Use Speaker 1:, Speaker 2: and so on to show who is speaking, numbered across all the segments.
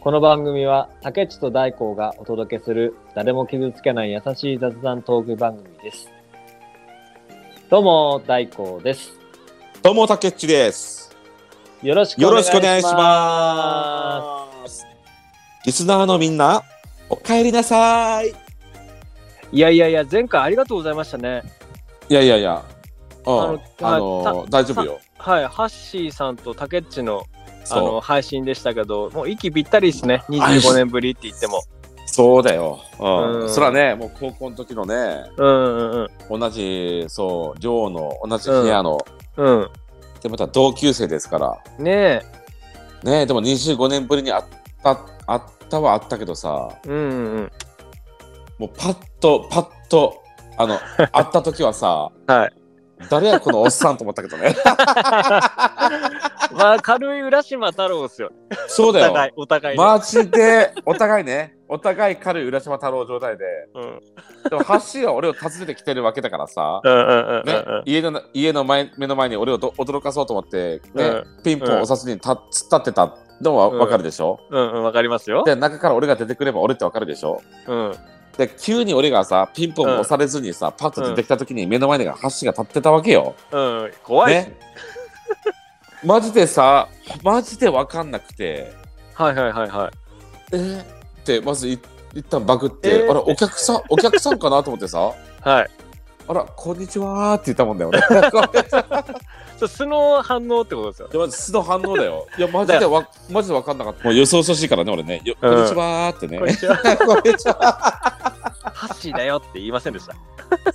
Speaker 1: この番組は竹内と大光がお届けする誰も傷つけない優しい雑談トーク番組です。どうも大光です。
Speaker 2: どうも、たけっちです。
Speaker 1: よろしく
Speaker 2: よ
Speaker 1: お願
Speaker 2: ろ
Speaker 1: い
Speaker 2: しくお願い
Speaker 1: し
Speaker 2: し
Speaker 1: ま
Speaker 2: ます。リスナーのみんな、お帰りなさい。い
Speaker 1: す。いやいやいや前回ありがとうございましたね。
Speaker 2: やいやいや、うん
Speaker 1: あの
Speaker 2: あの大丈夫よ。
Speaker 1: はいハッシーさんと竹内のあ
Speaker 2: そ
Speaker 1: の配信でしたけど、もう息ぴったりですね。25年ぶりって言っても。
Speaker 2: う、そうだよ。うん
Speaker 1: うん
Speaker 2: そらね、もう高校の時のね、
Speaker 1: うんうん
Speaker 2: 同じ、そう、寮の、同じ部屋の、
Speaker 1: うん。う
Speaker 2: で、また同級生ですから。
Speaker 1: ん。ね
Speaker 2: ねでも25年ぶりにあった、あったはあったけどさ、
Speaker 1: え。うんうん。
Speaker 2: もうパッと、パッと、あの、会った時はさ、
Speaker 1: はい
Speaker 2: 誰やこのおっさんと思ったけどね。
Speaker 1: まあ軽い浦島太郎ですよ。
Speaker 2: そう
Speaker 1: お
Speaker 2: だよ。
Speaker 1: 互いお互いね。
Speaker 2: マジでお互いねお互い軽い浦島太郎状態で
Speaker 1: うんうん
Speaker 2: でもハッシーは俺を訪ねてきてるわけだからさ、
Speaker 1: うんうんう
Speaker 2: ね
Speaker 1: ん。
Speaker 2: 家の家の前目の前に俺をど驚かそうと思って、ね
Speaker 1: う
Speaker 2: ピンポン押さずにた突っ立ってたのは
Speaker 1: うん
Speaker 2: わかるでしょ、
Speaker 1: うんうんわかりますよ。
Speaker 2: で中から俺が出てくれば俺ってわかるでしょ
Speaker 1: うん。
Speaker 2: で急に俺がさピンポンも押されずにさ、パッと出てきた時に目の前にがハッシーが立ってたわけよ。
Speaker 1: うん。怖いっす
Speaker 2: ねマジでさマジでわかんなくて。
Speaker 1: はいはいはいはい。
Speaker 2: えーってまずい一旦バグって、
Speaker 1: えー
Speaker 2: あれお客 さんお客さんかなと思ってさ
Speaker 1: はい。
Speaker 2: あらこんにちはーって言ったもんだよね
Speaker 1: それ素の反応ってことですよね。
Speaker 2: いやマジ素の反応だよいやマジでわマジで分かんなかったもう予想そしいからね俺ねよ
Speaker 1: うん
Speaker 2: こんにちはーってね、
Speaker 1: こんにちは。
Speaker 2: こんにちは
Speaker 1: ハッシーだよって言いませんでした。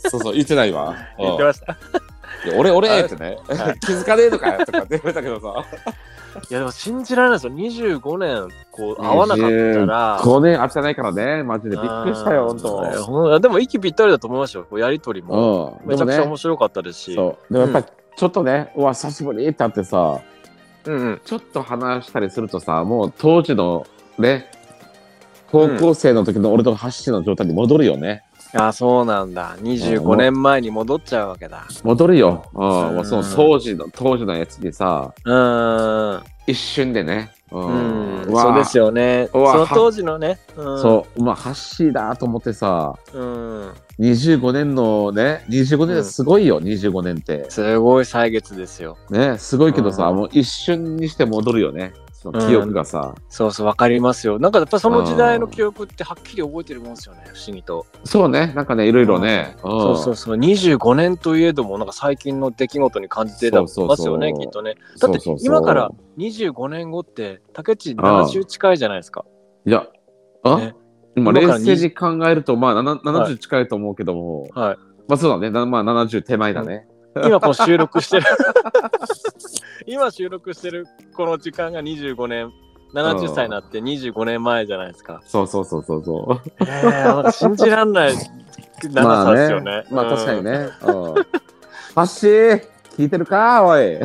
Speaker 2: そうそう言ってないわ、うん
Speaker 1: 言ってました。
Speaker 2: いや俺
Speaker 1: あれ
Speaker 2: 俺ってね、
Speaker 1: は
Speaker 2: 気づかねえのかよとかって言われたけどさ
Speaker 1: いやでも信じられないですよ。25年こう会わなかったら。
Speaker 2: 5年会ってないからねマジでびっくりしたよ
Speaker 1: うん
Speaker 2: 本当
Speaker 1: そうだよでも息ぴったりだと思いましたよ。こうやりとりも。
Speaker 2: うん
Speaker 1: め
Speaker 2: で
Speaker 1: ちゃ
Speaker 2: も
Speaker 1: くち
Speaker 2: ね
Speaker 1: ゃ面白かったですし。
Speaker 2: そうでもやっぱりちょっとね、うわ久しぶりってあってさ
Speaker 1: うんうん。
Speaker 2: ちょっと話したりするとさ、もう当時のね、高校生の時の俺とハッシーの状態に戻るよね。
Speaker 1: あ、そうなんだ。25年前に戻っちゃうわけだ。
Speaker 2: 戻るよ。うん。
Speaker 1: うん
Speaker 2: もうその当時の、当時のやつにさ、
Speaker 1: うーん。
Speaker 2: 一瞬でね。う
Speaker 1: うん。
Speaker 2: わ
Speaker 1: そうですよね。
Speaker 2: う
Speaker 1: そ
Speaker 2: わ
Speaker 1: の当時のね。うん。
Speaker 2: そう、まあハッシーだと思ってさ、
Speaker 1: うん。
Speaker 2: 25年のね、25年ですごいよ、25年って。
Speaker 1: すごい歳月ですよ。
Speaker 2: ね、すごいけどさ、
Speaker 1: うん
Speaker 2: もう一瞬にして戻るよね。その記憶がさ、
Speaker 1: そうそう、わかりますよ。なんかやっぱその時代の記憶ってはっきり覚えてるもんですよね、不思議と。
Speaker 2: そうね、なんかね、いろいろね。うん
Speaker 1: そうそうそう、25年といえども、なんか最近の出来事に感じてたます
Speaker 2: そうそうそう
Speaker 1: よね、きっとね。だ
Speaker 2: そ
Speaker 1: っ
Speaker 2: う
Speaker 1: て
Speaker 2: そうそう
Speaker 1: 今から25年後って、竹内70近いじゃないです か。
Speaker 2: いや、あ、
Speaker 1: ね
Speaker 2: 今
Speaker 1: 今から
Speaker 2: 冷静に考えると、まあ、なな
Speaker 1: はい
Speaker 2: 70近いと思うけども、
Speaker 1: はい。
Speaker 2: まあそうだね、なまあ、70手前だね。
Speaker 1: 今この収録してる 今収録してるこの時間が25年70歳になって25年前じゃないですか。
Speaker 2: そうそうそうそうそう。
Speaker 1: ええなんか信じらん ない長
Speaker 2: ま
Speaker 1: さ
Speaker 2: あ
Speaker 1: ですよね。
Speaker 2: まあ
Speaker 1: うん
Speaker 2: 確かにね。うん。ハッシー聞いてるかおい。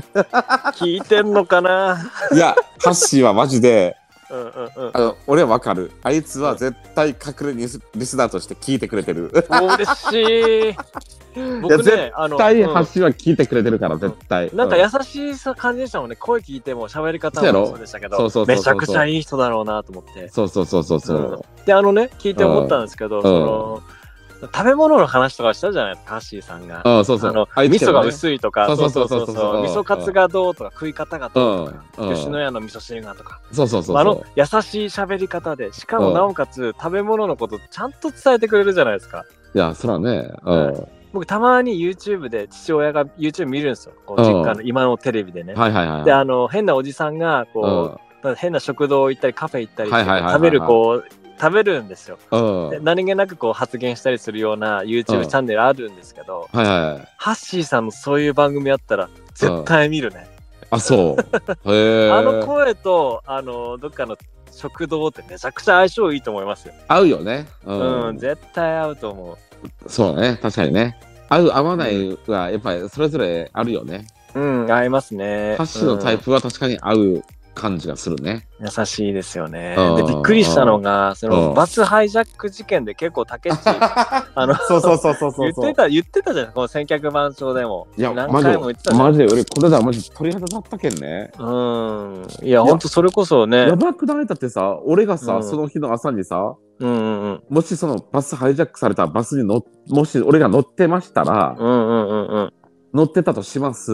Speaker 1: 聞いてんのかな。
Speaker 2: い や、ハッシーはマジで、
Speaker 1: うんうんうん。
Speaker 2: あの俺はわかる。あいつは絶対隠れリスリスナーとして聞いてくれてる。絶
Speaker 1: 嬉しい。僕ね
Speaker 2: 絶、
Speaker 1: あの、
Speaker 2: 対
Speaker 1: うん
Speaker 2: ハッシーは聞いてくれてるから、絶対。
Speaker 1: なんか
Speaker 2: う
Speaker 1: 優しいさ感じでしたもんね。声聞いても喋り方
Speaker 2: そうや
Speaker 1: も
Speaker 2: ろ
Speaker 1: そうでしたけど
Speaker 2: そうそう、そう
Speaker 1: め
Speaker 2: そう
Speaker 1: ち
Speaker 2: そ
Speaker 1: ゃ
Speaker 2: う
Speaker 1: くちゃいい人だろうなと思って。
Speaker 2: そうそうそうそうそう。
Speaker 1: で、あのね、聞いて思ったんですけど、
Speaker 2: ん
Speaker 1: その、食べ物の話とかしたじゃないですか、ハッシーさんが。
Speaker 2: うん、そうそ
Speaker 1: あの
Speaker 2: う。
Speaker 1: 味噌が
Speaker 2: い。
Speaker 1: 薄いとか、
Speaker 2: そう
Speaker 1: そ
Speaker 2: そう
Speaker 1: そ
Speaker 2: うそう
Speaker 1: そ
Speaker 2: うそうう
Speaker 1: そう、味噌カツがどうとか、食い方が
Speaker 2: う
Speaker 1: どう
Speaker 2: ん
Speaker 1: とか、。
Speaker 2: うん
Speaker 1: 吉野家の味噌汁がとか、
Speaker 2: そうそうそうそう。
Speaker 1: あの優しい喋り方で、しかも
Speaker 2: うん
Speaker 1: なおかつ食べ物のことちゃんと伝えてくれるじゃないですか。
Speaker 2: いや、そらね。うん。
Speaker 1: 僕たまに YouTube で父親が YouTube 見るんですよ。こう実家の今のテレビでね。
Speaker 2: はいはいはい。
Speaker 1: であの変なおじさんがこう、なんか変な食堂行ったりカフェ行ったりして
Speaker 2: はいはいはいはいはい
Speaker 1: 食べるこう食べるんですよ。
Speaker 2: うん。うん
Speaker 1: で何気なくこう発言したりするような YouTube チ
Speaker 2: うん
Speaker 1: ャンネルあるんですけど、
Speaker 2: はいはい。
Speaker 1: ハッシーさんのそういう番組あったら絶対見るね。
Speaker 2: あ、そう。へえ。
Speaker 1: あの声とあのどっかの食堂ってめちゃくちゃ相性いいと思いますよ。
Speaker 2: 合うよね。う
Speaker 1: うん
Speaker 2: ん。、
Speaker 1: 絶対合うと思う。
Speaker 2: そうだね。確かにね。合う、合わないは、やっぱりそれぞれあるよね。
Speaker 1: うん、合いますね。
Speaker 2: ハッシュのタイプは確かに合う感じがするね。
Speaker 1: 優しいですよね
Speaker 2: うん。
Speaker 1: で、びっくりしたのが、そ
Speaker 2: うん
Speaker 1: のバスハイジャック事件で結構、竹内、あの、
Speaker 2: そうそうそうそうそ
Speaker 1: 言
Speaker 2: う
Speaker 1: っ。てた、言ってたじゃないこの千客万賞でも。
Speaker 2: いや、
Speaker 1: 何
Speaker 2: マジで
Speaker 1: 回も言ってた、じゃん。
Speaker 2: マジで俺、これだ、マジ鳥肌立ったけんね。
Speaker 1: うん。いや、ほんとそれこそね
Speaker 2: や。ばくないだってさ、俺がさ、
Speaker 1: うん
Speaker 2: その日の朝にさ、
Speaker 1: うんうんうん。
Speaker 2: もしそのバスハイジャックされたバスに乗っ、もし俺が乗ってましたら、
Speaker 1: うんうんうんうん。
Speaker 2: 乗ってたとします。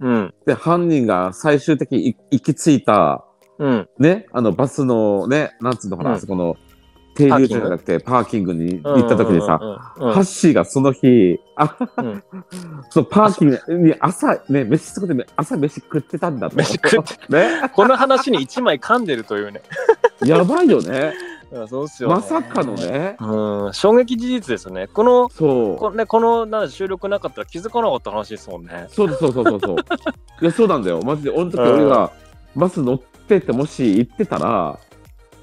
Speaker 1: うん。
Speaker 2: で、犯人が最終的にい行き着いた、
Speaker 1: うん。
Speaker 2: ね、あのバスのね、なんつうのかな、
Speaker 1: うん
Speaker 2: あそこの停留所じゃなくてパーキングに行った時にさ、
Speaker 1: うんうんうんうん
Speaker 2: ハッシーがその日、あ、
Speaker 1: うん
Speaker 2: そのパーキングに朝、ね、飯作って、朝飯食ってたんだと。。
Speaker 1: 飯食って
Speaker 2: ね、
Speaker 1: この話に一枚噛んでるというね。
Speaker 2: やばいよね。
Speaker 1: うんそうっすよ、ね。
Speaker 2: まさかの。ね。
Speaker 1: うん。衝撃事実ですよね。この、
Speaker 2: そう。
Speaker 1: こ,、ね、このなんだ収録なかったら気づかなかった話ですもんね。
Speaker 2: そうそうそう そうそう。いや、そうなんだよ。マジで、俺の時
Speaker 1: うん
Speaker 2: 俺がバス乗ってって、もし行ってたら、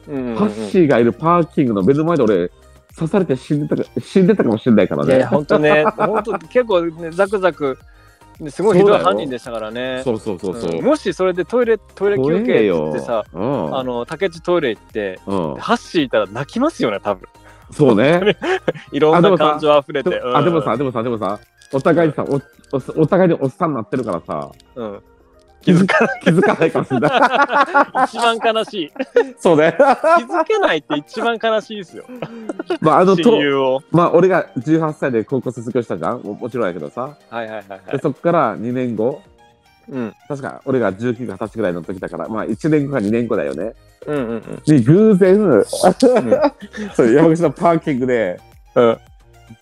Speaker 1: うん
Speaker 2: ハッシーがいるパーキングの目の前で俺、刺されて死んでたか、死んでたかもしれないから
Speaker 1: いやいや、
Speaker 2: ね。
Speaker 1: 本当ね、本当結構、ね、ザクザク、ねすごいひどい犯人でしたからね。
Speaker 2: そうそうそうそう
Speaker 1: うん。もしそれでトイレ、トイレ休憩って言ってさ、
Speaker 2: うん
Speaker 1: あの、竹内トイレ行って、
Speaker 2: うん、
Speaker 1: ハッシーいたら泣きますよね、多分。
Speaker 2: そうね。
Speaker 1: いろ
Speaker 2: あ
Speaker 1: ん
Speaker 2: でも
Speaker 1: な
Speaker 2: さ
Speaker 1: 感情溢れて。
Speaker 2: で
Speaker 1: うん
Speaker 2: あでもさ、でもさ、でもさ、お互いにさ、おおお互いにおっさんになってるからさ、
Speaker 1: うん。気づか
Speaker 2: 気づかないかもしれない。
Speaker 1: ない。一番悲し い。
Speaker 2: そうね。
Speaker 1: 気づけないって一番悲しいですよ。
Speaker 2: まあ、あの、と
Speaker 1: 親、友を。
Speaker 2: まあ、俺が18歳で高校卒業したじゃん。ももちろんやけどさ。
Speaker 1: はいはいはいは
Speaker 2: で
Speaker 1: い。
Speaker 2: そこから2年後、
Speaker 1: うん
Speaker 2: 確か俺が19か20歳ぐらいの時だから、まあ、1年後か2年後だよね。
Speaker 1: うんうん
Speaker 2: に、偶然、 そう山口のパーキングで、
Speaker 1: うん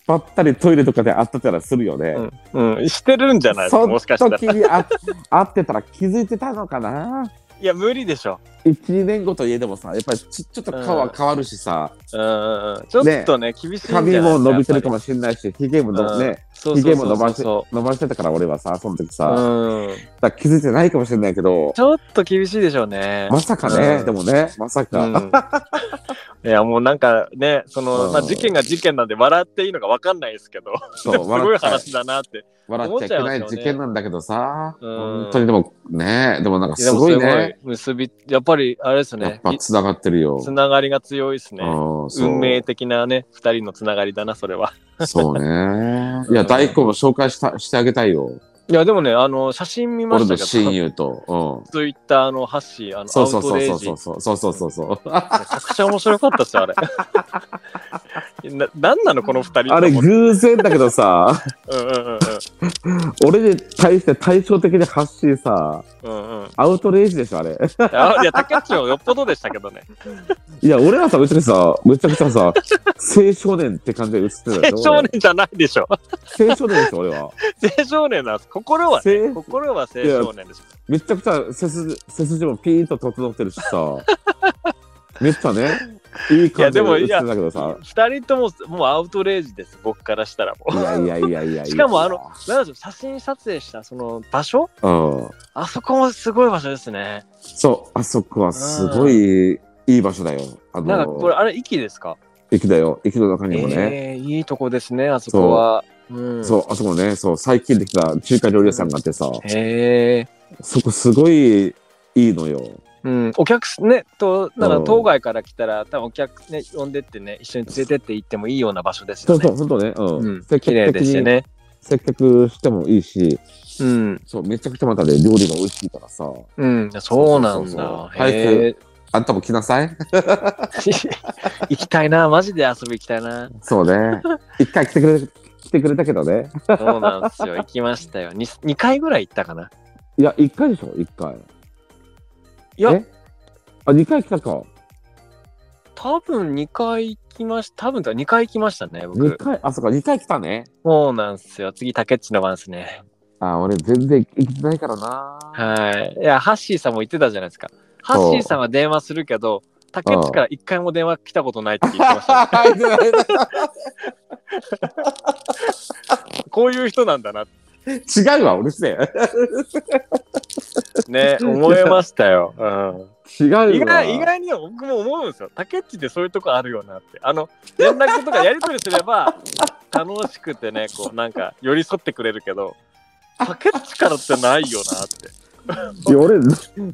Speaker 2: ばったりトイレとかで会ったたらするよね。
Speaker 1: うん。うん。してるんじゃないですか、
Speaker 2: そ
Speaker 1: も
Speaker 2: の
Speaker 1: しかしたら。
Speaker 2: 時にあ会ってたら気づいてたのかない
Speaker 1: や、無理でしょ。
Speaker 2: 1年後といえどもさやっぱりちちょっと顔は変わるしさ、
Speaker 1: うんうんうん。ちょっとね、厳しいんじゃない
Speaker 2: 髪も伸びてるかも
Speaker 1: し
Speaker 2: しれないしひげもの、
Speaker 1: うん
Speaker 2: ね
Speaker 1: れ
Speaker 2: ひげも伸ばして
Speaker 1: う
Speaker 2: 伸ばしてたから俺はさその時さ、だか
Speaker 1: うん。
Speaker 2: ら気づいてないかもしれないけど
Speaker 1: ちょっと厳しいでしょうね。
Speaker 2: まさかね、
Speaker 1: うん
Speaker 2: でもねまさ
Speaker 1: う
Speaker 2: か、
Speaker 1: んいやもうなんかねその、
Speaker 2: うん
Speaker 1: まあ、事件が事件なんで笑っていいのかわかんないですけど
Speaker 2: そ
Speaker 1: でも
Speaker 2: う
Speaker 1: す
Speaker 2: 笑
Speaker 1: ごい
Speaker 2: っちゃ
Speaker 1: 話だなって
Speaker 2: 笑っちゃいけない
Speaker 1: 思っちゃいます
Speaker 2: 事
Speaker 1: よね
Speaker 2: 件なんだけどさ、
Speaker 1: うん
Speaker 2: 本当にでもねでもなんか
Speaker 1: ですも
Speaker 2: ごいね
Speaker 1: 結びやっぱりあれです
Speaker 2: やっ
Speaker 1: ね
Speaker 2: ぱつながってるよ。
Speaker 1: つながりが強いですね
Speaker 2: うんそう
Speaker 1: 運命的なね二人のつながりだなそれは
Speaker 2: そうね。いや、大工も紹介したしてあげたいよ。
Speaker 1: いやでもねあの写真見ま
Speaker 2: 俺
Speaker 1: した
Speaker 2: の
Speaker 1: けど
Speaker 2: 親友と。うん。
Speaker 1: ツイッターのハッシーあの
Speaker 2: そう
Speaker 1: ア
Speaker 2: そう
Speaker 1: ウ
Speaker 2: そ
Speaker 1: トレ
Speaker 2: う
Speaker 1: イジ
Speaker 2: そう
Speaker 1: め
Speaker 2: そうそうそうそうそう。
Speaker 1: ちゃくちゃ面白かったっすよあれ ななんなのこの二人
Speaker 2: あれ
Speaker 1: うんうん
Speaker 2: 偶然だけどさ、
Speaker 1: うん
Speaker 2: 俺に対して対照的に発信さ、
Speaker 1: うんうんうん
Speaker 2: アウトレイジでしょ、あれ。
Speaker 1: あいや竹内もよっぽどでしたけどね
Speaker 2: いや、俺らさ、別にさ、めちゃくちゃさ、青少年って感じで映ってたでしょ
Speaker 1: 青少年じゃないでしょ
Speaker 2: 俺青少年でしょ、俺は。
Speaker 1: 青少年なんです心は
Speaker 2: せ
Speaker 1: 心は青少年でしょ
Speaker 2: めちゃくちゃ背筋背筋もピーンと整ってるしさ、めっちゃね、いい感じで映ってたけどさ。
Speaker 1: 二人とももうアウトレイジです僕からしたらも
Speaker 2: いやいやいやいやいや。
Speaker 1: うしかもあのなんでしょう写真撮影したその場所
Speaker 2: うん。
Speaker 1: あそこもすごい場所ですね
Speaker 2: そう、あそこはすごいいい場所だよ。あ
Speaker 1: なんかこれ
Speaker 2: の、
Speaker 1: あれ駅ですか
Speaker 2: 駅だよ。駅の中にもね。
Speaker 1: ええいいとこですねあそこはうん
Speaker 2: そう、あそこね、そう、最近できた中華料理屋さんがあってさ、
Speaker 1: へえ
Speaker 2: そこすごいいいのよ。
Speaker 1: うん、お客すねとなん
Speaker 2: う
Speaker 1: か
Speaker 2: ん
Speaker 1: 当該から来たら多分お客ね呼んでってね一緒に連れてって行ってもいいような場所です
Speaker 2: そ
Speaker 1: よ
Speaker 2: う
Speaker 1: ね
Speaker 2: そう、ほんとね、う
Speaker 1: うん
Speaker 2: ん。接
Speaker 1: 綺麗でしてね
Speaker 2: 接客してもいいし、
Speaker 1: うん
Speaker 2: そう、めちゃくちゃまたね、料理が美味しいからさ、
Speaker 1: うんそうなん
Speaker 2: そうそう
Speaker 1: だ
Speaker 2: そう
Speaker 1: へえ
Speaker 2: あんたも来なさい。
Speaker 1: 行きたいな、マジで遊び行きたいな。
Speaker 2: そ うね。一回来てくれ、来てくれたけどね。
Speaker 1: そうなんですよ、行きましたよ。2, 2回ぐらい行ったかな。
Speaker 2: いや、一回でしょ、一回。
Speaker 1: いや
Speaker 2: え、あ、二回来たか。
Speaker 1: 多分2回行きました、多分とか2回行きましたね、
Speaker 2: 二
Speaker 1: 僕。
Speaker 2: 回、あ、そうか、二回来たね。
Speaker 1: そうなんですよ、次、竹内の番ですね。
Speaker 2: あ、俺全然行きてないからな。
Speaker 1: はい。いや、ハッシーさんも言ってたじゃないですか。ハッシーさんは電話するけど、竹内から1回も電話来たことないって言ってましたね、こういう人なんだなって
Speaker 2: 違うわ、うるせえ。
Speaker 1: ね、思いましたよ。うん。
Speaker 2: 違うわ。
Speaker 1: 意外意外に僕も思うんですよ。竹内ってそういうとこあるよなって。あの連絡とかやり取りすれば楽しくてね、こうなんか寄り添ってくれるけど、竹内からってないよなって。
Speaker 2: いや、俺、い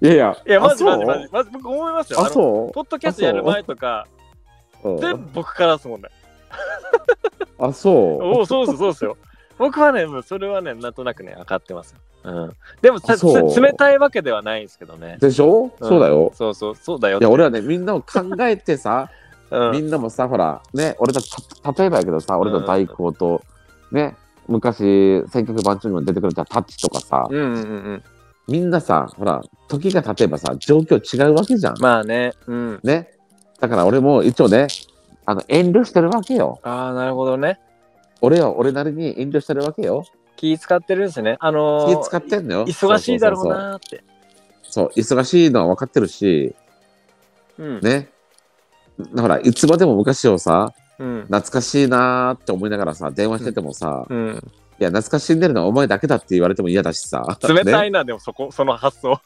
Speaker 2: やいや、
Speaker 1: いや、マジ
Speaker 2: あ
Speaker 1: マ
Speaker 2: そ
Speaker 1: ジ
Speaker 2: う
Speaker 1: マジ。マジ僕思いますよ。
Speaker 2: あ、
Speaker 1: あの
Speaker 2: そ
Speaker 1: ポッドキャストやる前とか、
Speaker 2: ううん
Speaker 1: 全部僕からですもんね。
Speaker 2: あ、そう。
Speaker 1: おお、そうです、そうですよ。僕はね、もうそれはね、なんとなくね、分かってますよ。うん。でも、さ
Speaker 2: あそう
Speaker 1: つ冷たいわけではないんですけどね。
Speaker 2: でしょ
Speaker 1: うん
Speaker 2: そうだよ。
Speaker 1: そうそう、そうだよっ
Speaker 2: い
Speaker 1: て。
Speaker 2: や、俺はね、みんなを考えてさ、
Speaker 1: うん
Speaker 2: みんなもさ、ほら、ね、俺たち、た例えばやけどさ、俺の大工と、ね、昔、選曲番長にも出てくれたタッチとかさ、
Speaker 1: うんうんうん。
Speaker 2: みんなさ、ほら、時が経てばさ、状況違うわけじゃん。
Speaker 1: まあね、うん。
Speaker 2: ね。だから俺も一応ね、あの、遠慮してるわけよ。
Speaker 1: ああ、なるほどね。
Speaker 2: 俺は俺なりに遠慮してるわけよ。
Speaker 1: 気使ってるんですね。あのー、
Speaker 2: 気使ってんのよ。
Speaker 1: 忙しいだろうなーって。
Speaker 2: そう。そう、忙しいのは分かってるし、
Speaker 1: うん。
Speaker 2: ね。ほら、いつまでも昔をさ、
Speaker 1: うん。
Speaker 2: 懐かしいなーって思いながらさ、電話しててもさ、
Speaker 1: うん。
Speaker 2: いや、懐かしんでるのはお前だけだって言われても嫌だしさ。
Speaker 1: 冷た
Speaker 2: ね、
Speaker 1: いな、でもそこ、その発想。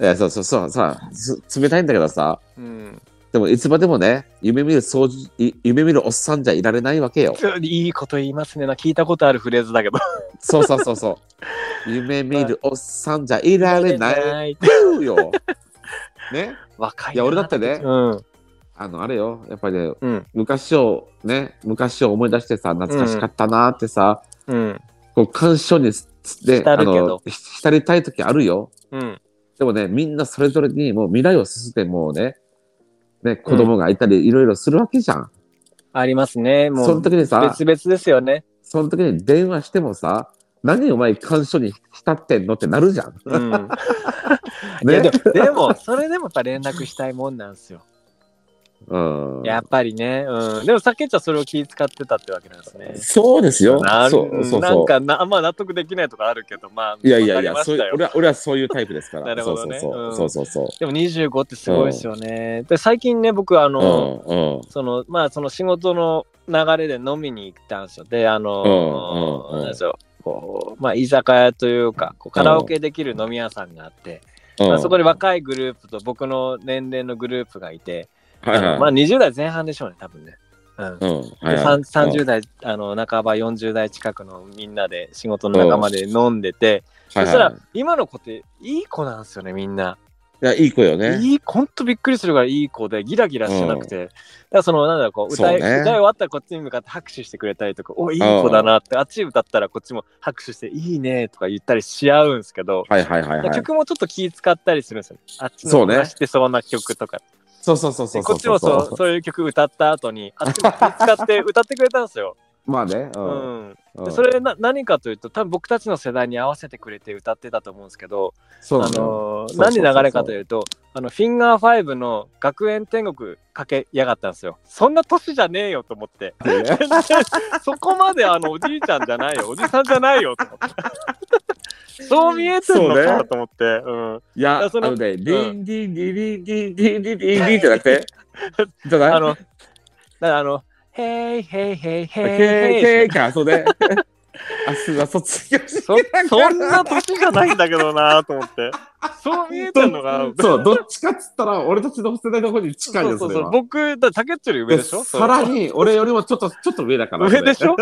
Speaker 2: いや、そうそうそう、さ、す冷たいんだけどさ、
Speaker 1: うん。
Speaker 2: でもいつまでもね、夢見る掃除、い夢見るおっさんじゃいられないわけよ。
Speaker 1: いいこと言いますねな。聞いたことあるフレーズだ けど。
Speaker 2: そうそうそ うそう。夢見るおっさんじゃいられない
Speaker 1: い。
Speaker 2: よ。ね。
Speaker 1: 若いな。
Speaker 2: いや、俺だってね、
Speaker 1: うん。
Speaker 2: あの、あれよ、やっぱりね、
Speaker 1: うん。
Speaker 2: 昔を、ね、昔を思い出してさ、懐かしかったなーってさ、
Speaker 1: うん。
Speaker 2: こう、感傷にす、で、
Speaker 1: 浸
Speaker 2: あ
Speaker 1: るけど
Speaker 2: の、ひ浸りたい時あるよ。
Speaker 1: うん。
Speaker 2: でもね、みんなそれぞれにもう未来を進んでもうね、ね、子供がいたりいろいろするわけじゃん。
Speaker 1: ありますね。もう。
Speaker 2: その時にさ、
Speaker 1: 別々ですよね。
Speaker 2: その時に電話してもさ、何お前感傷に浸ってんのってなるじゃん。
Speaker 1: うん。いやで。
Speaker 2: ね
Speaker 1: も、でもそれでもやっぱ連絡したいもんなんですよ。
Speaker 2: うん。
Speaker 1: やっぱりね。うん。でも、さけちゃんそれを気遣ってたってわけなんですね。
Speaker 2: そうですよ。
Speaker 1: なる
Speaker 2: そうそう
Speaker 1: な
Speaker 2: そ
Speaker 1: ん
Speaker 2: う。
Speaker 1: かな、まあ納得できないとかあるけど、まあ、
Speaker 2: いやいやい
Speaker 1: わ
Speaker 2: や、
Speaker 1: か
Speaker 2: そう
Speaker 1: りま
Speaker 2: い
Speaker 1: したよ
Speaker 2: う俺は俺はそういうタイプです か
Speaker 1: な
Speaker 2: ら。
Speaker 1: る
Speaker 2: そ
Speaker 1: ほど
Speaker 2: う
Speaker 1: ね
Speaker 2: そう
Speaker 1: うん
Speaker 2: そうそうそうそう。
Speaker 1: でも25ってすごいですよね。で、最近ね、僕、あ
Speaker 2: う
Speaker 1: の、
Speaker 2: んうん
Speaker 1: その、まあ、その仕事の流れで飲みに行ったんですよ。で、あの、
Speaker 2: うんうんうん
Speaker 1: なんでしょうこう、まあ、居酒屋というか、こうカラオケできる飲み屋さんがあって、
Speaker 2: う
Speaker 1: まあ
Speaker 2: ん。
Speaker 1: そこで若いグループと僕の年齢のグループがいて、
Speaker 2: はいはい
Speaker 1: まあ、20代前半でしょうね、多分ね。うん。
Speaker 2: うんはい
Speaker 1: で
Speaker 2: はい
Speaker 1: 三30代、あの半ば40代近くのみんなで仕事の仲間で飲んでて、
Speaker 2: はいはい
Speaker 1: そしたら今の子っていい子なんですよねみんな、
Speaker 2: いやいい子よね。
Speaker 1: いい子ほんとびっくりするからいい子でギラギラしてなくて、だからそのなんだろうこう歌い
Speaker 2: そうね
Speaker 1: 歌い終わったらこっちに向かって拍手してくれたりとかおいい子だなってあっち歌ったらこっちも拍手していいねとか言ったりし合うんですけど、
Speaker 2: はいはいはいはい。
Speaker 1: 曲もちょっと気使ったりするんですよねあっち
Speaker 2: そ
Speaker 1: の
Speaker 2: うね
Speaker 1: 出してそうな曲とか
Speaker 2: そうそうそうそう
Speaker 1: でこ
Speaker 2: そ
Speaker 1: っ
Speaker 2: う
Speaker 1: ちも
Speaker 2: そう
Speaker 1: そうそういう曲歌った後にあっちも気使って歌ってくれたんですよ。
Speaker 2: まあね。 う
Speaker 1: うんん
Speaker 2: うん
Speaker 1: でそれな何かというと多分僕たちの世代に合わせてくれて歌ってたと思うんですけど、
Speaker 2: そう
Speaker 1: あ
Speaker 2: なの。
Speaker 1: のー
Speaker 2: そうそうそうそう
Speaker 1: 何流れかというとあのフィンガーファイブの「学園天国」かけやがったんですよそんな年じゃねえよと思 って
Speaker 2: ってね
Speaker 1: そこまであのおじいちゃんじゃないよおじさんじゃないよと思ってそう見えてんの
Speaker 2: そう
Speaker 1: か
Speaker 2: ね
Speaker 1: と思ってうん
Speaker 2: いや、あ
Speaker 1: その
Speaker 2: のね、リンリンリンリンリンリンリンリンリンじゃなくて、じゃない
Speaker 1: あのだからあの「へいへいへい
Speaker 2: け
Speaker 1: へいへい
Speaker 2: けか、そうね。明日は卒業式
Speaker 1: そそんな年じゃないんだけどなと思ってそう見えてんのかな
Speaker 2: そう、どっちかっつったら、俺たちの世代の方に近いよ、
Speaker 1: そ
Speaker 2: そうれ
Speaker 1: そう
Speaker 2: は
Speaker 1: そう僕だ竹っちより上でしょ
Speaker 2: でさらに、俺よりもちょっと、ちょっと上だから。
Speaker 1: 上で しょ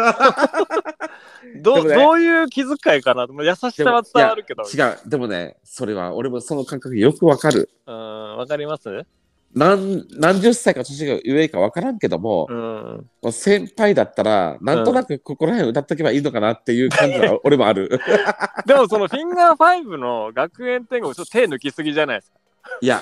Speaker 1: ど
Speaker 2: で
Speaker 1: う
Speaker 2: もね
Speaker 1: どういう気遣いかなまあ優しさは伝わるけど。
Speaker 2: 違う。でもね、それは、俺もその感覚よくわかる。
Speaker 1: うん、わかります
Speaker 2: 何、何十歳か年が上かわからんけども、
Speaker 1: うん。
Speaker 2: もう先輩だったら、なんとなくここら辺歌っとけばいいのかなっていう感じは、俺もある。
Speaker 1: でもそのフィンガーファイブの学園天国、ちょっと手抜きすぎじゃ ないですか。
Speaker 2: いや、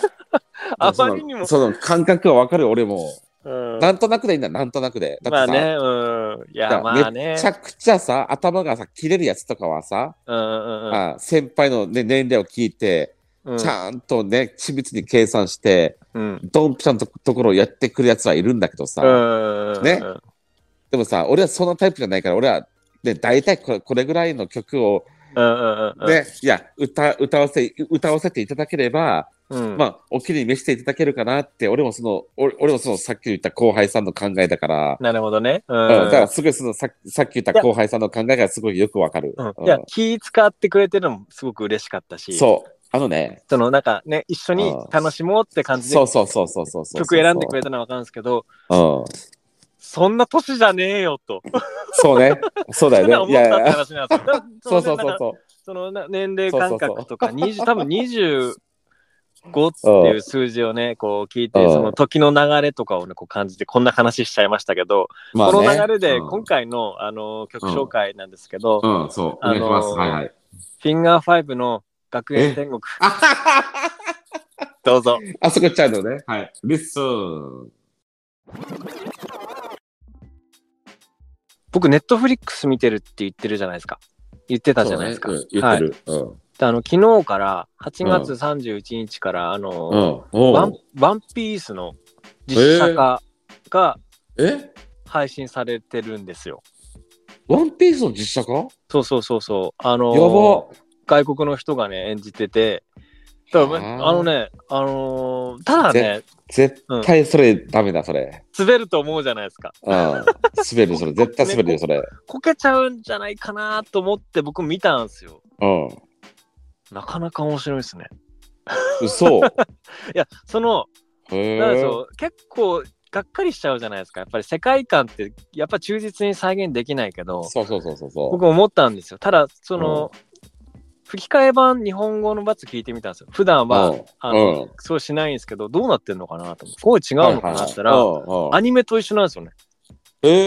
Speaker 1: あまりにも。
Speaker 2: その感覚はわかる、俺も。
Speaker 1: うん、
Speaker 2: なんとなくでいいんだ、なんとなくで。だ
Speaker 1: まあ
Speaker 2: ってさ、
Speaker 1: ね、うん。いや、まあね
Speaker 2: めち。ゃくちゃさ、頭がさ、切れるやつとかはさ、
Speaker 1: うんうんうん
Speaker 2: あ先輩の、ね、年齢を聞いて、
Speaker 1: うん。
Speaker 2: ちゃんとね、緻密に計算して、
Speaker 1: うん。
Speaker 2: ドンピシャのとところをやってくるやつはいるんだけどさ、
Speaker 1: うん。
Speaker 2: ねでもさ、俺はそんなタイプじゃないから、俺は、ね、大体これこれぐらいの曲を、
Speaker 1: うんうんうん。
Speaker 2: ね、いや歌、歌わせ、歌わせていただければ、
Speaker 1: うん。
Speaker 2: まあ、お気に召していただけるかなって、俺もその、俺俺もその、さっき言った後輩さんの考えだから、
Speaker 1: なるほどね。う
Speaker 2: うん、だか
Speaker 1: ん
Speaker 2: ら。すごいそのささっき言った後輩さんの考えがすごいよくわかる。
Speaker 1: うん
Speaker 2: うん
Speaker 1: いや、気使ってくれてるのもすごく嬉しかったし、
Speaker 2: そう。あのね、
Speaker 1: そのなんかね、一緒に楽しもうって感じで
Speaker 2: そうそうそうそうそうそう。
Speaker 1: 曲選んでくれたのは分かるんですけど、
Speaker 2: うん。
Speaker 1: そんな年じゃねえよと。
Speaker 2: そうね。そうだ
Speaker 1: 思
Speaker 2: よ
Speaker 1: った
Speaker 2: ね。いやい
Speaker 1: って
Speaker 2: や、
Speaker 1: 話なんですよ。
Speaker 2: そうそうそう
Speaker 1: う。
Speaker 2: そ
Speaker 1: そのな年齢
Speaker 2: そうそ
Speaker 1: 感
Speaker 2: うそう
Speaker 1: 覚とか、20多分25っていう数字をね、こう聞いて、その時の流れとかをね、こう感じて、こんな話しちゃいましたけど、
Speaker 2: まあね
Speaker 1: この流れで
Speaker 2: うん
Speaker 1: 今回の、あの曲紹介なんですけど、
Speaker 2: うん、そう、お願いします。
Speaker 1: あのー
Speaker 2: はいはい。
Speaker 1: フィンガーファイブの学園天国、
Speaker 2: あはは
Speaker 1: どうぞ。
Speaker 2: あそこ行っちゃうのね。はい。リスン。
Speaker 1: 僕、ネットフリックス見てるって言ってるじゃないですか。言ってたじゃないですか。
Speaker 2: そうねうん言って
Speaker 1: はい、
Speaker 2: る。うん。
Speaker 1: であの昨日から、8月31日から、あの、
Speaker 2: うん。
Speaker 1: ワ
Speaker 2: お
Speaker 1: ン
Speaker 2: う
Speaker 1: ワンピースの実写化が
Speaker 2: え
Speaker 1: 配信されてるんですよ。
Speaker 2: ワンピースの実写化や
Speaker 1: そうそうそうそう。あの
Speaker 2: ば。
Speaker 1: 外国の人がね演じてて、多分
Speaker 2: へー
Speaker 1: あのねあのーただね
Speaker 2: 絶対それダメだ、それ。
Speaker 1: 滑ると思うじゃないですか。
Speaker 2: うん。滑る、それ。絶対滑るよ、それ。
Speaker 1: こけちゃうんじゃないかなと思って僕見たんですよ。
Speaker 2: うん。
Speaker 1: なかなか面白いですね。
Speaker 2: 嘘。
Speaker 1: いやその
Speaker 2: へ
Speaker 1: なんでし
Speaker 2: ー
Speaker 1: ょう結構がっかりしちゃうじゃないですか。やっぱり世界観ってやっぱ忠実に再現できないけど。
Speaker 2: そうそうそうそうそ
Speaker 1: 僕思ったんですよただその、吹き替え版日本語のバツ聞いてみたんですよ普段
Speaker 2: う。
Speaker 1: は、
Speaker 2: うん
Speaker 1: あの
Speaker 2: うん
Speaker 1: そうしないんですけどどうなってんのかなと思って声違うのかなって言ったら、ア
Speaker 2: ア
Speaker 1: ニメと一緒なんですよね、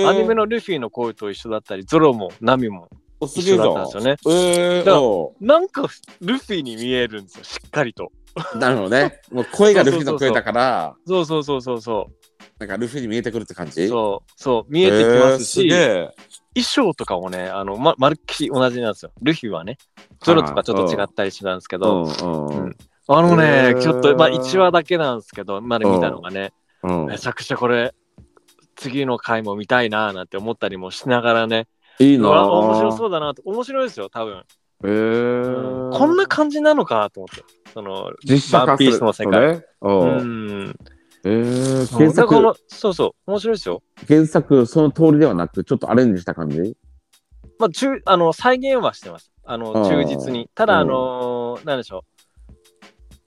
Speaker 1: アニメのルフィの声と一緒だったりゾロもナミも
Speaker 2: すげえじゃ
Speaker 1: 一緒だったんです
Speaker 2: ん。え
Speaker 1: だから
Speaker 2: ー
Speaker 1: なんかルフィに見えるんですよしっかりと
Speaker 2: うんなるほどね。もう声がルフィの声だから、
Speaker 1: そうそうそうそうそ
Speaker 2: なんかルフィに見えてくるって感
Speaker 1: う
Speaker 2: じ
Speaker 1: そうそう見えてきますし、
Speaker 2: へーすげえ
Speaker 1: 衣装とかもねあの、ま、まるっきり同じなんですよルフィはねゾロとかちょっと違ったりしたんですけど、
Speaker 2: うんうん
Speaker 1: あの
Speaker 2: へ
Speaker 1: ね、
Speaker 2: ー
Speaker 1: ちょっと、まあ、1話だけなんですけど、まだ見たのがね、
Speaker 2: うん
Speaker 1: めちゃくちゃこれ、次の回も見たいなーなんて思ったりもしながらね、
Speaker 2: いいな
Speaker 1: うわ面白
Speaker 2: う。
Speaker 1: そうだなと、面白いですよ、多分、
Speaker 2: え
Speaker 1: うん
Speaker 2: ー、
Speaker 1: こんな感じなのかと思って、その、
Speaker 2: 実写
Speaker 1: ワ
Speaker 2: 化
Speaker 1: ン
Speaker 2: す
Speaker 1: ピース
Speaker 2: る
Speaker 1: の世界。
Speaker 2: ねう
Speaker 1: うんん。
Speaker 2: えー、
Speaker 1: そう
Speaker 2: 原
Speaker 1: だからこ
Speaker 2: 作
Speaker 1: のそうそう、面白いですよ。
Speaker 2: 原作その通りではなくちょっとアレンジした感じ
Speaker 1: まあ、中あの再現はしてます、あの
Speaker 2: あー
Speaker 1: 忠実に。ただ、あのーなんでしょ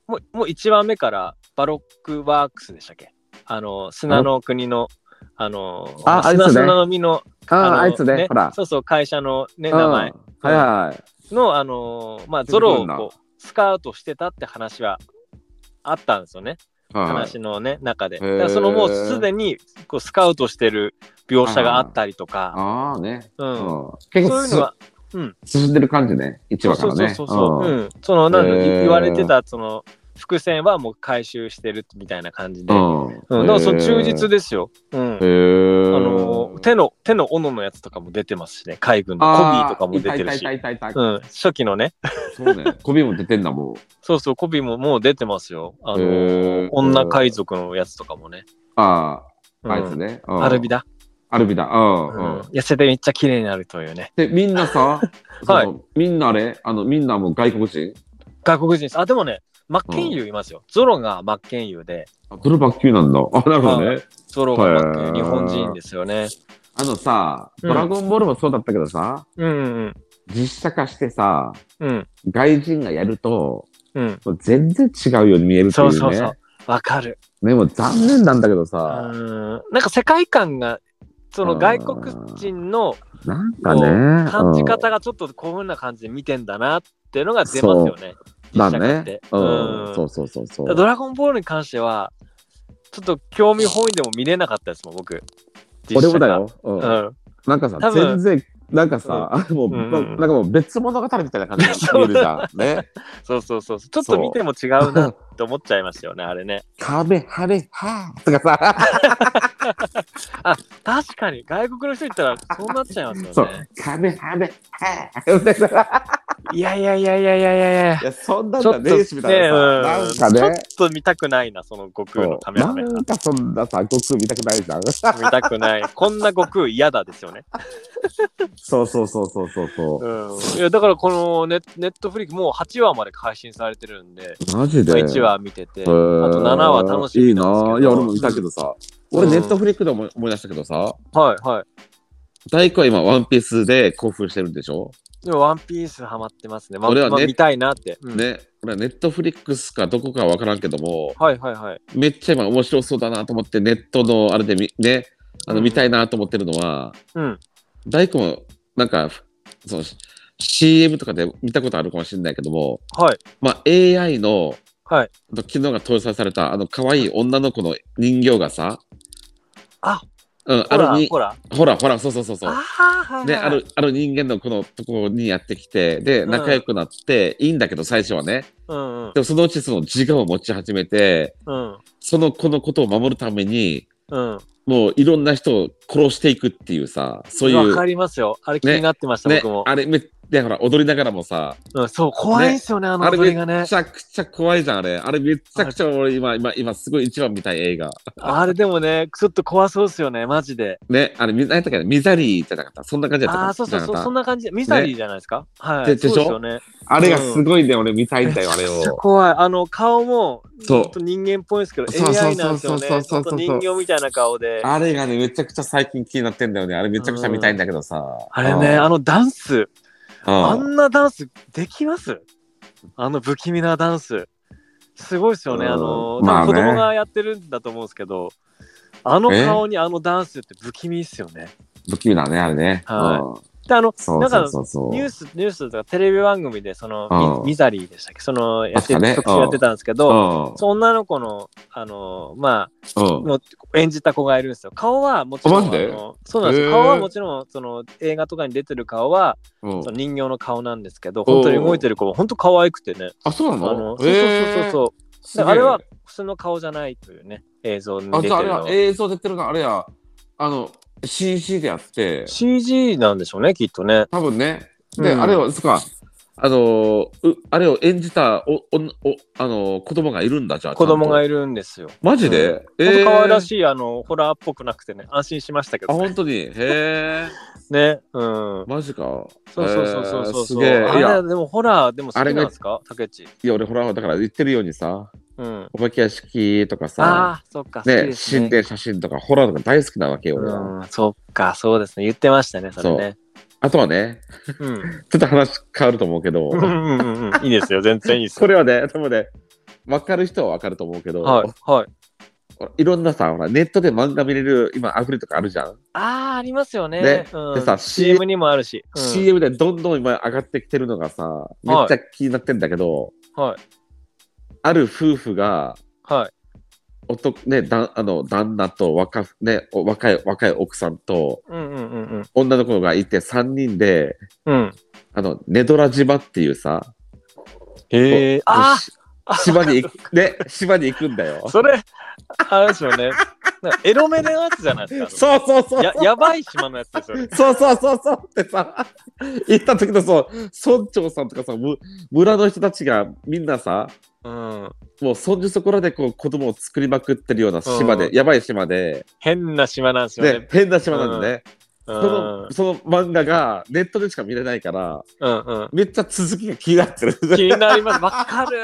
Speaker 1: う、もうもう1話目からバロックワークスでしたっけあの砂の国の、あのー
Speaker 2: ああれです
Speaker 1: 砂
Speaker 2: ね
Speaker 1: 砂の実の
Speaker 2: ああ
Speaker 1: の
Speaker 2: あいつねほら
Speaker 1: そうそう、会社の、ね、
Speaker 2: うん
Speaker 1: 名前
Speaker 2: はいはい
Speaker 1: の、あのーまあ、ゾロをこうスカウトしてたって話はあったんですよね、
Speaker 2: はい
Speaker 1: 話の、ね、中で。
Speaker 2: へー
Speaker 1: だからそのもうすでにこうスカウトしてる描写があったりとか、
Speaker 2: ああね、
Speaker 1: うん
Speaker 2: うん、結
Speaker 1: そう
Speaker 2: 構
Speaker 1: いう
Speaker 2: す
Speaker 1: のは。
Speaker 2: 進んでる感じね一話か
Speaker 1: そう
Speaker 2: ら
Speaker 1: そう
Speaker 2: ね
Speaker 1: そうそう、
Speaker 2: ん
Speaker 1: うん、そのなんだろう
Speaker 2: へー
Speaker 1: 言われてたその伏線はもう回収してるみたいな感じで、うん
Speaker 2: うん
Speaker 1: だからその忠実
Speaker 2: で
Speaker 1: ですよ、うん
Speaker 2: へー
Speaker 1: あのー手の手の斧のやつとかも出てますしね海軍のコビーとかも出てる
Speaker 2: あーい
Speaker 1: した
Speaker 2: いたいたいたいた
Speaker 1: うん、初期のね
Speaker 2: そうねコビも出てんだもん
Speaker 1: そうそうコビーももう出てますよあのー
Speaker 2: へー
Speaker 1: 女海賊のやつとかもね、
Speaker 2: あ
Speaker 1: う
Speaker 2: あ
Speaker 1: ん
Speaker 2: あいつね、うん
Speaker 1: アルビだ、
Speaker 2: アルビだうん
Speaker 1: う
Speaker 2: うん
Speaker 1: ん、痩せてめっちゃ綺麗になるというね
Speaker 2: でみんなさ、 そ
Speaker 1: はい
Speaker 2: のみんなあれあのみんなもう外国人
Speaker 1: 外国人ですあでもねマッケンユーいますよ、ゾロがマッケンユーで
Speaker 2: あドルバッキューなんだあなるほどね
Speaker 1: ゾロがマッケンユ
Speaker 2: へ
Speaker 1: ー
Speaker 2: ー
Speaker 1: 日本人ですよね
Speaker 2: あのさ「
Speaker 1: うん
Speaker 2: ドラゴンボール」もそうだったけどさ、
Speaker 1: うんうん
Speaker 2: 実写化してさ
Speaker 1: うんうん
Speaker 2: 外人がやると
Speaker 1: うん
Speaker 2: もう全然違うように見えるっていう
Speaker 1: そう
Speaker 2: ね
Speaker 1: そうそう。わかる。
Speaker 2: ねもう残念なんだけど
Speaker 1: うん。
Speaker 2: さ、
Speaker 1: なんか世界観が、その
Speaker 2: うん
Speaker 1: 外国人の
Speaker 2: なん
Speaker 1: こ
Speaker 2: か
Speaker 1: う
Speaker 2: ね
Speaker 1: 感じ
Speaker 2: う
Speaker 1: 方がちょっとこういうふうな感じで見てんだなっていうのが出ますよね。
Speaker 2: んだ
Speaker 1: 実写化っ
Speaker 2: ね
Speaker 1: て
Speaker 2: うん、
Speaker 1: うん
Speaker 2: そうそうそうそ
Speaker 1: ド
Speaker 2: う
Speaker 1: ラゴンボールに関しては、ちょっと興味本位でも見れなかったですもん、僕。実
Speaker 2: 俺
Speaker 1: 写
Speaker 2: もだ
Speaker 1: 化。
Speaker 2: よ、うん
Speaker 1: うん。
Speaker 2: なんかさ
Speaker 1: 多分
Speaker 2: 全然なんかさ、もう、
Speaker 1: うん
Speaker 2: ななんかもう別物語みたいな感じで見えるじゃんね
Speaker 1: そうそうそう。ちょっと見ても違うなって思っちゃいましたよね、あれね。
Speaker 2: 壁、壁、はぁとかさ、
Speaker 1: 確かに、外国の人いったらそうなっちゃいます
Speaker 2: そ
Speaker 1: よ
Speaker 2: う
Speaker 1: ね。、
Speaker 2: 壁、壁、はぁみたいな。
Speaker 1: いやいやいやいやいやいやいや
Speaker 2: い。や、そんなん
Speaker 1: ちょ
Speaker 2: だ
Speaker 1: っと
Speaker 2: ね、みたいな
Speaker 1: ね
Speaker 2: さ。な
Speaker 1: うんん
Speaker 2: かね、
Speaker 1: ちょっと見たくないな、その悟空のカメラ
Speaker 2: な
Speaker 1: メ
Speaker 2: んかそんなさ、悟空見たくないじゃん。
Speaker 1: 見たくない。こんな悟空嫌だですよね。
Speaker 2: そうそうそうそうそうそ
Speaker 1: うん。いや、だからこのネネットフリックもう8話まで配信されてるんで、
Speaker 2: う。マジで。
Speaker 1: 1話見てて、あ
Speaker 2: へ
Speaker 1: と
Speaker 2: ー、
Speaker 1: 7話楽しみ
Speaker 2: いい
Speaker 1: な
Speaker 2: なん
Speaker 1: ですけど
Speaker 2: ぁいや、俺も見たけどさ。
Speaker 1: うん
Speaker 2: 俺、ネットフリックで思い思い出したけどさ、
Speaker 1: はいは
Speaker 2: 大工は今、ワンピースで興奮してるんでしょ
Speaker 1: い。でもワンピースハマってますね。ま
Speaker 2: 俺はね
Speaker 1: ま見たいなって。うん
Speaker 2: ね。俺、ネットフリックスかどこかわからんけども、
Speaker 1: はいはいはい。
Speaker 2: めっちゃ今面白そうだなと思って、ネットのあれでみね、あ
Speaker 1: う
Speaker 2: の
Speaker 1: ん
Speaker 2: 見たいなと思ってるのは、
Speaker 1: うん。
Speaker 2: 大工もなんか、その CM とかで見たことあるかもしれないけども、
Speaker 1: はい。
Speaker 2: まあ、AI の
Speaker 1: はい。
Speaker 2: あと昨日が搭載されたあの可愛い女の子の人形がさ、
Speaker 1: あ、
Speaker 2: うん、
Speaker 1: ほ
Speaker 2: あ
Speaker 1: ら
Speaker 2: るに、
Speaker 1: ほら。
Speaker 2: ほらほらそうそうそうそう。
Speaker 1: ああ、はい。
Speaker 2: であるある人間のこのところにやってきてで
Speaker 1: うん
Speaker 2: 仲良くなって、いいんだけど最初はね
Speaker 1: うんうん
Speaker 2: でもそのうちその自我を持ち始めて
Speaker 1: うん
Speaker 2: その子のことを守るために
Speaker 1: うん。
Speaker 2: もういろんな人を殺していくっていうさそうい
Speaker 1: わ
Speaker 2: う
Speaker 1: かりますよ。あれ気になってました、
Speaker 2: ね
Speaker 1: 僕も。
Speaker 2: あれめでほら踊りながらもさ
Speaker 1: うん、そう、怖いんですよね、あの
Speaker 2: あれ
Speaker 1: 踊り
Speaker 2: め
Speaker 1: がね
Speaker 2: っ。ちゃくちゃ怖いじゃんあれあれめっちゃくちゃ俺今今今すごい一番見たい映画
Speaker 1: あれでもね、ちょっと怖そうですよね、マジで。
Speaker 2: ねあれみ何やったっけミザリーじゃなかったそんな感じだった
Speaker 1: ああ、そうそうそう、そん
Speaker 2: な
Speaker 1: な感じ。ミサリーじゃないですか。は
Speaker 2: で
Speaker 1: い。
Speaker 2: でし
Speaker 1: そ
Speaker 2: ょ
Speaker 1: うですよね。
Speaker 2: あれがすごいね俺見たいんだよあれ
Speaker 1: めっちゃ
Speaker 2: を
Speaker 1: 怖い。あの、顔も、
Speaker 2: そう
Speaker 1: ほんと人間っぽいんですけど、
Speaker 2: そうそう
Speaker 1: AI
Speaker 2: そ
Speaker 1: なん
Speaker 2: う
Speaker 1: です
Speaker 2: そ
Speaker 1: よ
Speaker 2: うそう
Speaker 1: ね。ち
Speaker 2: そ
Speaker 1: ょ
Speaker 2: う
Speaker 1: っ
Speaker 2: そ
Speaker 1: と
Speaker 2: う
Speaker 1: 人形みたいな顔で。
Speaker 2: あれがねめちゃくちゃ最近気になってんだよねあれめちゃくちゃ見たいんだけどさ
Speaker 1: あれね、あのダンス、あ
Speaker 2: うん
Speaker 1: んなダンスできますあの不気味なダンス。すごいですよね。
Speaker 2: うん
Speaker 1: あの、多
Speaker 2: まあ
Speaker 1: 分
Speaker 2: ね
Speaker 1: 子供がやってるんだと思うんですけど、あの顔にあのダンスって不気味ですよね。
Speaker 2: 不気味だねあれね
Speaker 1: はい
Speaker 2: うん
Speaker 1: で、あの、
Speaker 2: そうそうそうそ
Speaker 1: ニュー
Speaker 2: う
Speaker 1: ス、ニュースとかテレビ番組で、その、
Speaker 2: うん
Speaker 1: ミミザリーでしたっけその、やって、
Speaker 2: 確かね
Speaker 1: 特集やってたんですけど、
Speaker 2: うん
Speaker 1: その女の子の、あの、ま
Speaker 2: う
Speaker 1: あ、
Speaker 2: ん
Speaker 1: もう演じた子がいるんですよ。顔はもちろん、
Speaker 2: あマジで
Speaker 1: あのそうなんですよ。
Speaker 2: へー
Speaker 1: 顔はもちろん、その、映画とかに出てる顔は、
Speaker 2: うん
Speaker 1: その人形の顔なんですけど、本当に動いてる子は本当可愛くてね。
Speaker 2: あそうな
Speaker 1: あの、
Speaker 2: の
Speaker 1: そうそうそうそう。
Speaker 2: すげえ
Speaker 1: あれは普通の顔じゃないというね、映像に出
Speaker 2: あ
Speaker 1: て
Speaker 2: じ
Speaker 1: る
Speaker 2: ゃああれ
Speaker 1: の
Speaker 2: は
Speaker 1: は。
Speaker 2: 映像出てるのあれやあの CG でやって
Speaker 1: CG なんでしょうね、きっとね。
Speaker 2: 多分ね。で、
Speaker 1: うん
Speaker 2: あれを、そっか、あのー、うあれを演じたお、お、お、あのー、子供がいるんだ、じゃあ。
Speaker 1: 子供が
Speaker 2: いる。
Speaker 1: いるんですよ。
Speaker 2: マジで、
Speaker 1: う本
Speaker 2: え
Speaker 1: 当可愛ら
Speaker 2: い。
Speaker 1: しい、あの、ホラーっぽくなくてね、安心しましたけ
Speaker 2: あ、
Speaker 1: どね。
Speaker 2: 本当に。へえ。
Speaker 1: ね、うん。
Speaker 2: マジか。
Speaker 1: そうそうそうそうそうそう。
Speaker 2: へーすげえ。い
Speaker 1: あ
Speaker 2: や
Speaker 1: れ、、でもホラーでも好き
Speaker 2: あれ
Speaker 1: なん
Speaker 2: が
Speaker 1: ですか竹内。
Speaker 2: いや俺、ほら、だから言ってるようにさ、
Speaker 1: うん。
Speaker 2: お化け屋敷とかさ、
Speaker 1: ああー、そっか。好き
Speaker 2: ね、
Speaker 1: で
Speaker 2: 死
Speaker 1: す
Speaker 2: ん
Speaker 1: ね。
Speaker 2: で写真とか、ホラーとか大好きなわけよ、俺は。
Speaker 1: うん、そっか、そうですね。言ってましたね、それね。
Speaker 2: あとはね、
Speaker 1: うん。
Speaker 2: ちょっと話変わると思うけど、
Speaker 1: うんうんうん うん。いいですよ、全然いいです
Speaker 2: こ
Speaker 1: よ。
Speaker 2: れはね、多分ね、分かる人は分かると思うけど、
Speaker 1: はい、はい。
Speaker 2: ほらいろんなさ、ほら、ネットで漫画見れる、今、アフリとかあるじゃん。
Speaker 1: ああ、ありますよね。
Speaker 2: ね
Speaker 1: うん
Speaker 2: でさ
Speaker 1: CM にもあるし。うん
Speaker 2: CM でどんどん今上がってきてるのがさ、めっちゃ気になってんだけど、
Speaker 1: はい。
Speaker 2: ある夫婦が、
Speaker 1: はい。
Speaker 2: 男ね、だあの旦那と若,、ね、お若い若い奥さんと
Speaker 1: うんうんうんうん。
Speaker 2: 女の子がいて3人で
Speaker 1: うん。
Speaker 2: あのネドラ島っていうさ
Speaker 1: へえ。あ
Speaker 2: し島に 行く、ね、島に行くんだよ
Speaker 1: あ、。それ、あれですよね。なんかエロめのやつじゃないですか。
Speaker 2: そうそうそう
Speaker 1: ややばい島のやつですよね。
Speaker 2: そうそうそうそうってさ行った時のそう村長さんとかさむ村の人たちがみんなさ
Speaker 1: うん。
Speaker 2: もうそんじそこらでこう子供を作りまくってるような島で、
Speaker 1: う
Speaker 2: やばい島で、
Speaker 1: 変な島なんですよ
Speaker 2: ね
Speaker 1: ね。、
Speaker 2: 変な島なんでね、
Speaker 1: う
Speaker 2: そ
Speaker 1: ん
Speaker 2: のその漫画がネットでしか見れないから
Speaker 1: うんうん。
Speaker 2: めっちゃ続きが気になってる
Speaker 1: 気になります。わかる。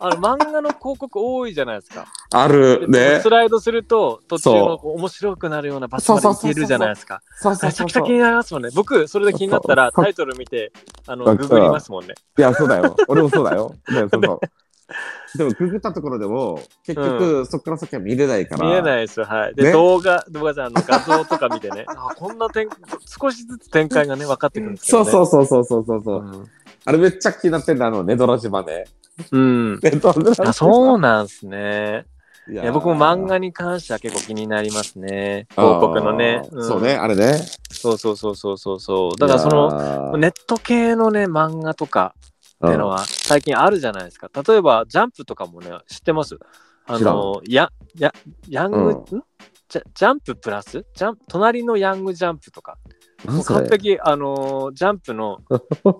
Speaker 1: あの漫画の広告多いじゃないですか。
Speaker 2: あるね
Speaker 1: スライドすると途中
Speaker 2: そ
Speaker 1: のこう面白くなるような場所まで行けるじゃないですか。
Speaker 2: そうそ
Speaker 1: め
Speaker 2: う
Speaker 1: ちゃ
Speaker 2: そう
Speaker 1: くちゃ
Speaker 2: そう
Speaker 1: 気になりますもんね。僕、それで気になったら
Speaker 2: そう
Speaker 1: タイトル見て、あの、
Speaker 2: そう
Speaker 1: ググりますもんね。
Speaker 2: いやそうだよ俺もそうだよ、ね、そうそうでもググったところでも結局、そこから先は見れないから
Speaker 1: 見え
Speaker 2: い
Speaker 1: ないですよ。はい。で、
Speaker 2: ね
Speaker 1: 動画、動画じゃあの画像とか見てね、 あこんな展少しずつ展開がね、分かってくるんですけ
Speaker 2: そ
Speaker 1: ど、
Speaker 2: う
Speaker 1: ね。
Speaker 2: そううそうそうそうそうそう、
Speaker 1: ん
Speaker 2: あれめっちゃ気になってんだあのネドラ島ね
Speaker 1: うん。
Speaker 2: ネドラ島
Speaker 1: あそうなんですね。
Speaker 2: い
Speaker 1: い
Speaker 2: や
Speaker 1: や僕も漫画に関しては結構気になりますね。
Speaker 2: あー
Speaker 1: 広告のね。ん
Speaker 2: そうね。あれね
Speaker 1: そうそうそうそうそうそう。だからその、
Speaker 2: の
Speaker 1: ネット系のね、漫画とかっていうのは最近あるじゃないですか。例えば、ジャンプとかもね、知ってますあ
Speaker 2: 知らん
Speaker 1: の、や、や、ヤング、
Speaker 2: うん
Speaker 1: んジャジャンププラスジャン隣のヤングジャンプとか。もう完璧、あのージャンプ の、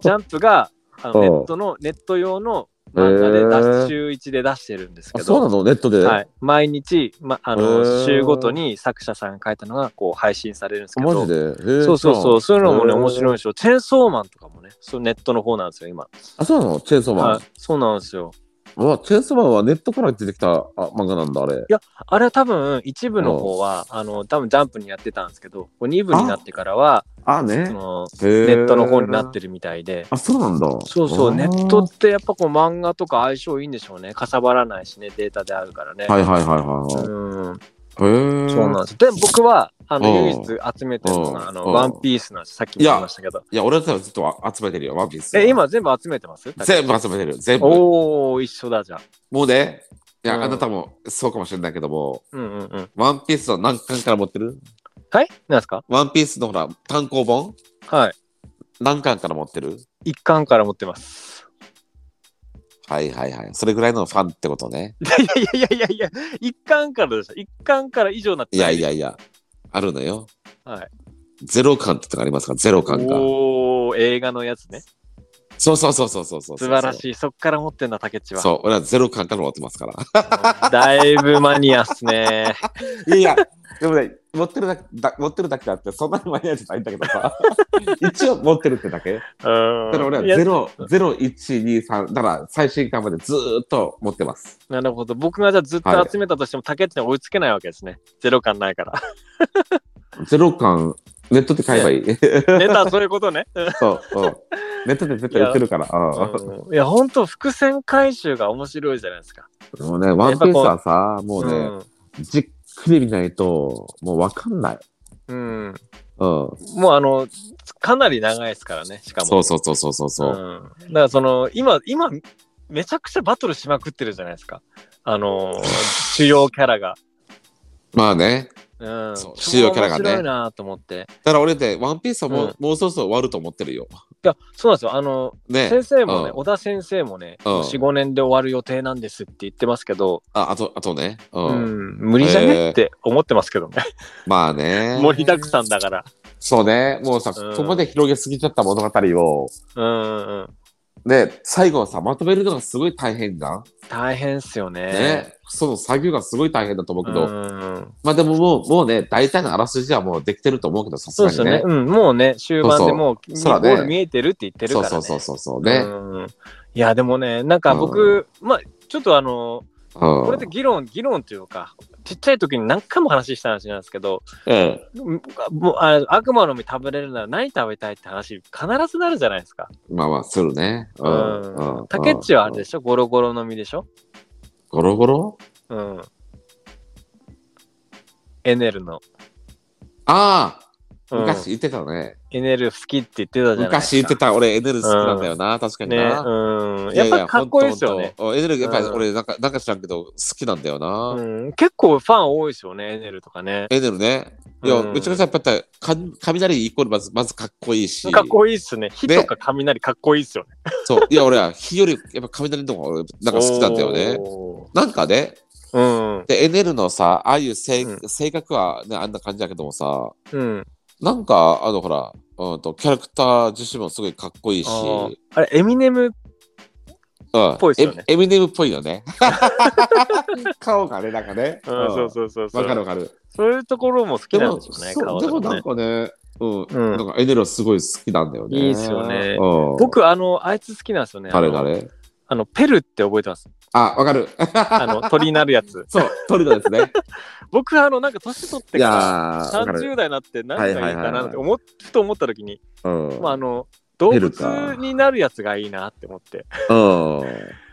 Speaker 1: ジャンプが、あ
Speaker 2: う
Speaker 1: の
Speaker 2: ん
Speaker 1: ネットの、ネット用の漫画で出
Speaker 2: へ
Speaker 1: し
Speaker 2: ー
Speaker 1: 週1で出してるんですけ
Speaker 2: あ
Speaker 1: ど、
Speaker 2: そうなのネットで、
Speaker 1: はい、毎日、ま、あの
Speaker 2: へ
Speaker 1: ー
Speaker 2: ー
Speaker 1: 週ごとに作者さんが書いたのがこう配信されるんですけど、
Speaker 2: マジで、へー
Speaker 1: そうそうそう、そういうのもね、
Speaker 2: へー
Speaker 1: 面白いんですよ。チェーンソーマンとかもね、そうネットの方なんですよ、今。
Speaker 2: あ、そうなのチェーンソーマン
Speaker 1: はい。、そうなんですよ。
Speaker 2: うわ、チェーンソーマンはネットから出てきたあ漫画なんだ、あれ。
Speaker 1: いや、あれは多分、一部の方は、あの、多分ジャンプにやってたんですけど、こう二部になってからは、
Speaker 2: あ、ね。
Speaker 1: その
Speaker 2: へー
Speaker 1: ネットの方になってるみたいで、
Speaker 2: あ、そうなんだ。
Speaker 1: そうそう、
Speaker 2: あー
Speaker 1: ネットってやっぱこう漫画とか相性いいんでしょうね。かさばらないしね、データであるからね。
Speaker 2: はいはいはいはいはい。
Speaker 1: うん、
Speaker 2: へえ。
Speaker 1: そうなんです。で、僕はあ
Speaker 2: う
Speaker 1: の、
Speaker 2: ん
Speaker 1: 唯一集めてるの
Speaker 2: うん
Speaker 1: が、あの、
Speaker 2: うん
Speaker 1: ワンピースの話、さっきも言いましたけど。
Speaker 2: いや、俺はずっと集めてるよ、ワンピース。
Speaker 1: え、今全部集めてます
Speaker 2: 全部集めてる。全部。
Speaker 1: おー、一緒だじゃん。
Speaker 2: もうね、いや、
Speaker 1: うん
Speaker 2: あなたもそうかもしれないけども、
Speaker 1: うんうんうん。
Speaker 2: ワンピースの何巻から持ってる
Speaker 1: はいなんですか
Speaker 2: ワンピースのほら、単行本
Speaker 1: は
Speaker 2: 何巻から持ってる
Speaker 1: い。一巻から持ってます。
Speaker 2: はいはいはい。それぐらいのファンってことね。
Speaker 1: いやいやいやいやいや、一巻からでしょ。一巻から以上になって
Speaker 2: いやい。やいや、あるのよ。
Speaker 1: はい。
Speaker 2: ゼロ感ってのがありますから、ゼロ感が。
Speaker 1: おー、映画のやつね。
Speaker 2: そうそうそうそうそうそう。
Speaker 1: 素晴らしい。そっから持ってんだ、竹内は。
Speaker 2: そう、俺はゼロ感から持ってますか ら。
Speaker 1: だいぶマニアっすね。
Speaker 2: いやいや、でもね、持ってるだけだ持ってるだけだって、そんなに間に合いじゃないんだけど さ。一応持ってるってだけ。だ
Speaker 1: うん。
Speaker 2: から俺はゼロ、ゼロ、一、二、三、だから最新刊までずーっと持ってます。
Speaker 1: なるほど。僕がじゃあずっ
Speaker 2: はい
Speaker 1: と集めたとしても、竹内には追いつけないわけですね。ゼロ感ないから。
Speaker 2: ゼロ感、ネットで買えばいい。
Speaker 1: ネタそういうことね。うん
Speaker 2: そう、うん。ネットで絶対売ってるから。う
Speaker 1: いや、ほんと、伏線回収が面白いじゃないですか。
Speaker 2: ん、もうね、ワンピースはさ、もうね、
Speaker 1: ん
Speaker 2: じっくり見ないと、もうわかんない。
Speaker 1: うん。
Speaker 2: うん。
Speaker 1: もう、あの、かなり長いですからね、しかも。
Speaker 2: そうそうそうそうそうそう。
Speaker 1: うんだから、その、今、今、めちゃくちゃバトルしまくってるじゃないですか。あ の、主要キャラが。
Speaker 2: まあね。
Speaker 1: うん。
Speaker 2: そう主要キャラがね
Speaker 1: 面白いなと思って。
Speaker 2: だから俺で、ワンピースはもう、
Speaker 1: うん
Speaker 2: もうそろそろ終わると思ってるよ。
Speaker 1: いや、そうなんですよ。あの、
Speaker 2: ね。
Speaker 1: 先生もね、
Speaker 2: うん
Speaker 1: 小田先生もね、
Speaker 2: うん
Speaker 1: 4、5年で終わる予定なんですって言ってますけど、
Speaker 2: あ、あと、あとね。うん。
Speaker 1: うん、無理じゃねって思ってますけどね。
Speaker 2: まあね。
Speaker 1: 盛りだくさんだから。
Speaker 2: そうね。もうさ、
Speaker 1: うん
Speaker 2: ここまで広げすぎちゃった物語を、
Speaker 1: うんうんうん。
Speaker 2: で、最後はさ、まとめるのがすごい大変じゃん。
Speaker 1: 大変っすよね。
Speaker 2: ね。その作業がすごい大変だと思う
Speaker 1: う
Speaker 2: け
Speaker 1: ん
Speaker 2: ど、
Speaker 1: うん
Speaker 2: まあでももう、もうね、大体のあらすじはもうできてると思うけど、さす
Speaker 1: そう
Speaker 2: が
Speaker 1: ですよ
Speaker 2: に
Speaker 1: ね
Speaker 2: ね。。
Speaker 1: うん、もうね、終盤でもう、
Speaker 2: そうそうだね
Speaker 1: ゴール見えてるって言ってる
Speaker 2: そ
Speaker 1: か
Speaker 2: う
Speaker 1: ら、ね。
Speaker 2: そうそうそうそうね。
Speaker 1: うんいや、でもね、なんか僕、まあ、ちょっとあの、
Speaker 2: うん。
Speaker 1: これで議論、議論というか、ちっちゃい時に何回も話した話なんですけど、
Speaker 2: うん。
Speaker 1: うんもうあ悪魔の実食べれるなら何食べたいって話、必ずなるじゃないですか。
Speaker 2: まあまあ、するね。
Speaker 1: う
Speaker 2: う。
Speaker 1: んん
Speaker 2: うん。
Speaker 1: タケッチはあれでしょゴロゴロの実でしょ
Speaker 2: ゴロゴロ
Speaker 1: うん。エネルの。
Speaker 2: ああ、
Speaker 1: うん
Speaker 2: 昔言ってたね。
Speaker 1: エネル好きって言ってたじゃないですか。
Speaker 2: 昔言ってた、俺エネル好きなんだよな、確かに
Speaker 1: ね。
Speaker 2: な。
Speaker 1: うん。
Speaker 2: いい
Speaker 1: やっぱりかっこいいですよね。
Speaker 2: ほんとほんとうんエネルやっぱり
Speaker 1: うん
Speaker 2: 俺なんか、なんか知らんけど、好きなんだよな。
Speaker 1: うん、結構ファン多いですよね、エネルとかね。
Speaker 2: エネルね。いや、
Speaker 1: うん
Speaker 2: めちゃくちゃやっぱりか雷イコールまず、まずかっこいいし。
Speaker 1: かっこいいっすね。火とか雷かっこいいっすよね。
Speaker 2: そう。いや、俺は火より、やっぱ雷の方が俺、なんか好きなんだよね。
Speaker 1: お
Speaker 2: なんかね、
Speaker 1: ー。
Speaker 2: で、エネルのさ、ああいう性,、
Speaker 1: うん
Speaker 2: 性格は、ね、あんな感じだけどもさ、
Speaker 1: うん。うん。
Speaker 2: なんか、あの、ほら、うんと、キャラクター自身もすごいかっこいいし、
Speaker 1: あーあれ、エミネム、
Speaker 2: うん
Speaker 1: ぽいっすよね
Speaker 2: エミエミネムっぽい よね。顔がね、なんかね。
Speaker 1: うん
Speaker 2: うん
Speaker 1: そうそうそうそう。
Speaker 2: わかるわかる。
Speaker 1: そういうところも好き
Speaker 2: で
Speaker 1: なん
Speaker 2: も、
Speaker 1: ですよね、
Speaker 2: そう
Speaker 1: 顔
Speaker 2: で
Speaker 1: と
Speaker 2: も
Speaker 1: か
Speaker 2: なん
Speaker 1: ね。
Speaker 2: かね、うん、
Speaker 1: うん
Speaker 2: なんかエネルはすごい好きなんだよね。
Speaker 1: いいっすよね
Speaker 2: うん、
Speaker 1: 僕、あの、あいつ好きなんですよね。
Speaker 2: 誰
Speaker 1: あの
Speaker 2: 誰
Speaker 1: あの、ペルって覚えてます。
Speaker 2: あ、わかる。。
Speaker 1: あの、鳥になるやつ
Speaker 2: そう、トリノです ね。
Speaker 1: 僕、あの、なんか年取っ
Speaker 2: い
Speaker 1: て
Speaker 2: や
Speaker 1: か
Speaker 2: ー、
Speaker 1: ら、
Speaker 2: わかる。
Speaker 1: 30代になって何がいいかなって思っ、ふと思った時に、
Speaker 2: うん。
Speaker 1: まあ、あの、動
Speaker 2: ペ
Speaker 1: 物
Speaker 2: ルか
Speaker 1: になるやつがいいなって思って。
Speaker 2: うん。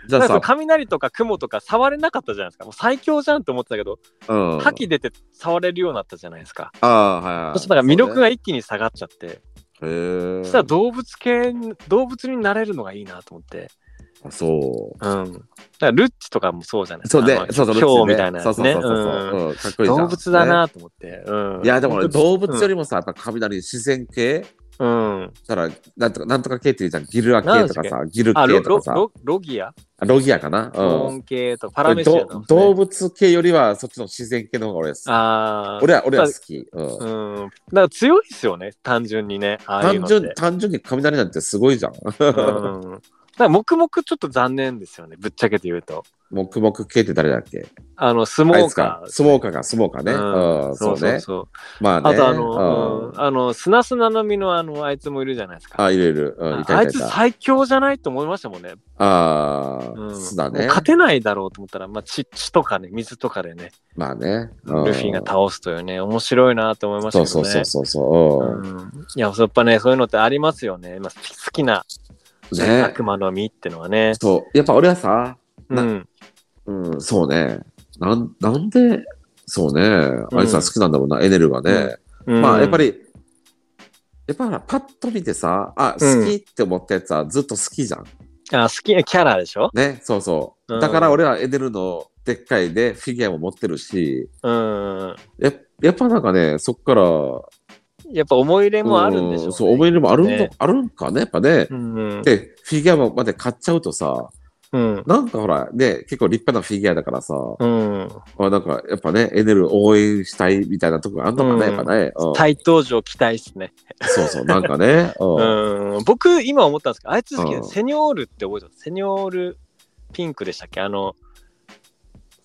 Speaker 2: じゃ
Speaker 1: な
Speaker 2: あ
Speaker 1: んか
Speaker 2: さ、
Speaker 1: 雷とか雲とか触れなかったじゃないですか。もう最強じゃんって思ってたけど、
Speaker 2: うん。
Speaker 1: 覇気出て触れるようになったじゃないですか。
Speaker 2: ああ、はいはい。
Speaker 1: そしたら魅力が一気に下がっちゃって、
Speaker 2: そうね。へえ。
Speaker 1: そしたら動物系、動物になれるのがいいなと思って。
Speaker 2: あそう。
Speaker 1: うん。だからルッチとかもそうじゃないですか。
Speaker 2: そうで
Speaker 1: あ、の
Speaker 2: そうそう、
Speaker 1: ヒョウみたいな
Speaker 2: そ
Speaker 1: や
Speaker 2: う
Speaker 1: つ
Speaker 2: そう
Speaker 1: ね。
Speaker 2: そうそう
Speaker 1: うん
Speaker 2: そう。うんかっこいいじゃん
Speaker 1: 動物だ。
Speaker 2: ね
Speaker 1: なと思って。うん。
Speaker 2: いや、でも俺、動物よ
Speaker 1: り。
Speaker 2: りもさ、やっぱ雷、自然系
Speaker 1: うん。
Speaker 2: だから、なんとか、なんとか系って言うじゃん。ギルア系とかさ、ギル
Speaker 1: あ、ロ
Speaker 2: 系と
Speaker 1: ロ
Speaker 2: かさ、
Speaker 1: ロロギア
Speaker 2: ロギアかな。
Speaker 1: コー
Speaker 2: うん。
Speaker 1: ン系とかパラメシア
Speaker 2: 俺
Speaker 1: とか
Speaker 2: ど
Speaker 1: ね
Speaker 2: 動物系よりは、そっちの自然系の方が俺です。
Speaker 1: ああ。
Speaker 2: 俺は、俺は好き。うん
Speaker 1: うん。だから強いですよね、単純にね。ああいう
Speaker 2: 単
Speaker 1: のって
Speaker 2: 純に、単純に雷なんてすごいじゃん。
Speaker 1: うんだから黙々ちょっと残念ですよね、ぶっちゃけて言うと。
Speaker 2: 黙々系って誰だっけ
Speaker 1: あの、スモ
Speaker 2: あい
Speaker 1: ー
Speaker 2: つか
Speaker 1: カ。ー。
Speaker 2: スモーカーか、スモーカーね。
Speaker 1: うん
Speaker 2: うん、
Speaker 1: そ
Speaker 2: そうう
Speaker 1: そう
Speaker 2: ね。
Speaker 1: そう。
Speaker 2: まあ
Speaker 1: あ
Speaker 2: ね。
Speaker 1: とあの、う
Speaker 2: うん
Speaker 1: んあの、砂砂の実のあの、あいつもいるじゃないですか。
Speaker 2: あ、入れる。うん、いた
Speaker 1: あ
Speaker 2: い
Speaker 1: い
Speaker 2: たい
Speaker 1: つ
Speaker 2: た。
Speaker 1: 最強じゃないと思いましたもんね。
Speaker 2: あ
Speaker 1: う
Speaker 2: あ、
Speaker 1: ん
Speaker 2: そう
Speaker 1: も
Speaker 2: だ
Speaker 1: う
Speaker 2: ね。
Speaker 1: 勝てないだろうと思ったら、まあ、血血とかね、水とかでね、
Speaker 2: まあね。
Speaker 1: ル
Speaker 2: うん
Speaker 1: フィが倒すというね、面白いなと思いました
Speaker 2: そ
Speaker 1: け
Speaker 2: うそ
Speaker 1: ど
Speaker 2: うそ
Speaker 1: ね。
Speaker 2: うそうそう
Speaker 1: うんいや、やっぱね、そういうのってありますよね。まあ、好きな
Speaker 2: うん。ね
Speaker 1: 悪魔の実ってのはね。
Speaker 2: そう。やっぱ俺はさ、
Speaker 1: う。
Speaker 2: なんうん、そうね。なん、なんで、そうね。あいつは好きなんだろうな、エネルがね。まあやっぱ
Speaker 1: り、
Speaker 2: り、やっぱほらパッと見てさ、あ、
Speaker 1: うん
Speaker 2: 好きって思ったやつはずっと好きじゃん。
Speaker 1: あ好きなキャラでしょ
Speaker 2: ね、そうそう。
Speaker 1: うん
Speaker 2: だから俺はエデルのでっかいでフィギュアも持ってるし、
Speaker 1: うん。
Speaker 2: ややっぱなんかね、そっから、
Speaker 1: やっぱ思い入れもあるんでしょう、ね
Speaker 2: んそう、思い入れもあるんだ
Speaker 1: ね
Speaker 2: あるんかね、やっぱね。
Speaker 1: うん
Speaker 2: で、フィギュアもまで買っちゃうとさ、
Speaker 1: うん。
Speaker 2: なんかほら、ね、結構立派なフィギュアだからさ、
Speaker 1: うん。
Speaker 2: あなんかやっぱね、エデル応援したいみたいなとこがあんのか
Speaker 1: う
Speaker 2: ね、
Speaker 1: ん
Speaker 2: やっぱね。うん
Speaker 1: 再登場期待ですね。
Speaker 2: そうそう、なんかね。うん
Speaker 1: うん。僕、今思ったんですけど、あいつ好き
Speaker 2: う
Speaker 1: で
Speaker 2: ん
Speaker 1: セニョールって覚えてます。セニョールピンクでしたっけあの、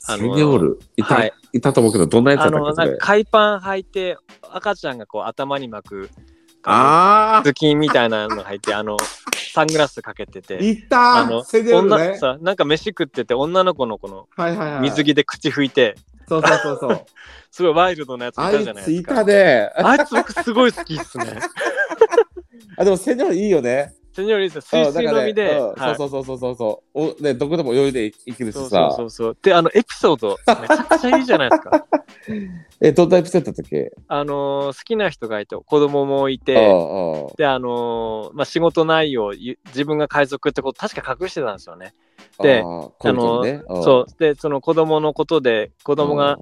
Speaker 1: あの
Speaker 2: セニョール、いた、
Speaker 1: はい
Speaker 2: い、たと思うけど、どんなやつだ
Speaker 1: あ
Speaker 2: った
Speaker 1: の、
Speaker 2: っけそ
Speaker 1: なん
Speaker 2: れ
Speaker 1: か海パン履いて、赤ちゃんがこう頭に巻く、
Speaker 2: あ
Speaker 1: 頭巾みたいなの履いて、あの、サングラスかけて
Speaker 2: あ
Speaker 1: て、
Speaker 2: いた
Speaker 1: あの
Speaker 2: セニョール
Speaker 1: 女
Speaker 2: ね。
Speaker 1: さ、なんか飯食ってて、女の子のこの
Speaker 2: はいはいはい。
Speaker 1: 水着で口拭いて、
Speaker 2: そうそうそうそう。
Speaker 1: す ごいワイルドなやつい
Speaker 2: あ
Speaker 1: たじゃ
Speaker 2: い
Speaker 1: ない
Speaker 2: つ
Speaker 1: で
Speaker 2: い
Speaker 1: すか
Speaker 2: た。ね。
Speaker 1: あいつ僕すごい好きっす ね。
Speaker 2: あ、でもセニョールいいよね。
Speaker 1: セニョールいいっすね。ス
Speaker 2: う
Speaker 1: イ
Speaker 2: ん
Speaker 1: スイ
Speaker 2: なん
Speaker 1: 飲
Speaker 2: かね
Speaker 1: みで。
Speaker 2: うん
Speaker 1: はい
Speaker 2: そうそうそうそうそう。おね、どこでも泳いで生きる
Speaker 1: そ
Speaker 2: し
Speaker 1: うそう
Speaker 2: さ
Speaker 1: そ。うそう。で、あの、エピソード、めちゃくちゃいいじゃないですか。
Speaker 2: え、どんなエピソードだったっけ
Speaker 1: あのー好きな人がいて、子供もい
Speaker 2: うん
Speaker 1: て、
Speaker 2: うん
Speaker 1: で、あのーまあ、仕事内容、ゆ自分が海賊ってこと、確か隠してたんですよね。で
Speaker 2: あー恋人にねうん
Speaker 1: そう。で、その子供のことで、子供が、
Speaker 2: うん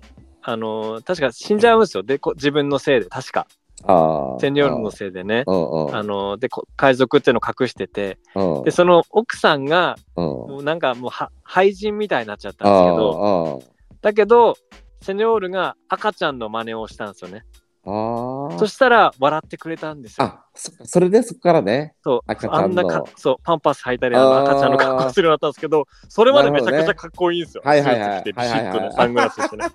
Speaker 1: あのー確か死んじゃうんですよ。で、こ自分のせいで、確か。
Speaker 2: あー
Speaker 1: セニョールのせいでね。
Speaker 2: うんうん
Speaker 1: あのーで、こ海賊っての隠してて、
Speaker 2: うん
Speaker 1: で、その奥さんが、
Speaker 2: うん
Speaker 1: もうなんかもうは、廃人みたいになっちゃったんですけど、
Speaker 2: あ
Speaker 1: だけど、セニョールが赤ちゃんの真似をしたんですよね。
Speaker 2: あああ
Speaker 1: そしたら、笑ってくれたんですよ。
Speaker 2: あそそれでそこからね
Speaker 1: そう
Speaker 2: 赤ちゃ
Speaker 1: あ
Speaker 2: ん
Speaker 1: ん
Speaker 2: の
Speaker 1: なかそうパンパス履いたりあの
Speaker 2: あー
Speaker 1: 赤ちゃんの格好するようになったんですけどそれまでめちゃくちゃかっこいいんですよ。
Speaker 2: なるほどねはいはいは
Speaker 1: スーツ
Speaker 2: い
Speaker 1: 着てビシッと
Speaker 2: はいはい
Speaker 1: ね
Speaker 2: はい
Speaker 1: サングラスしてね。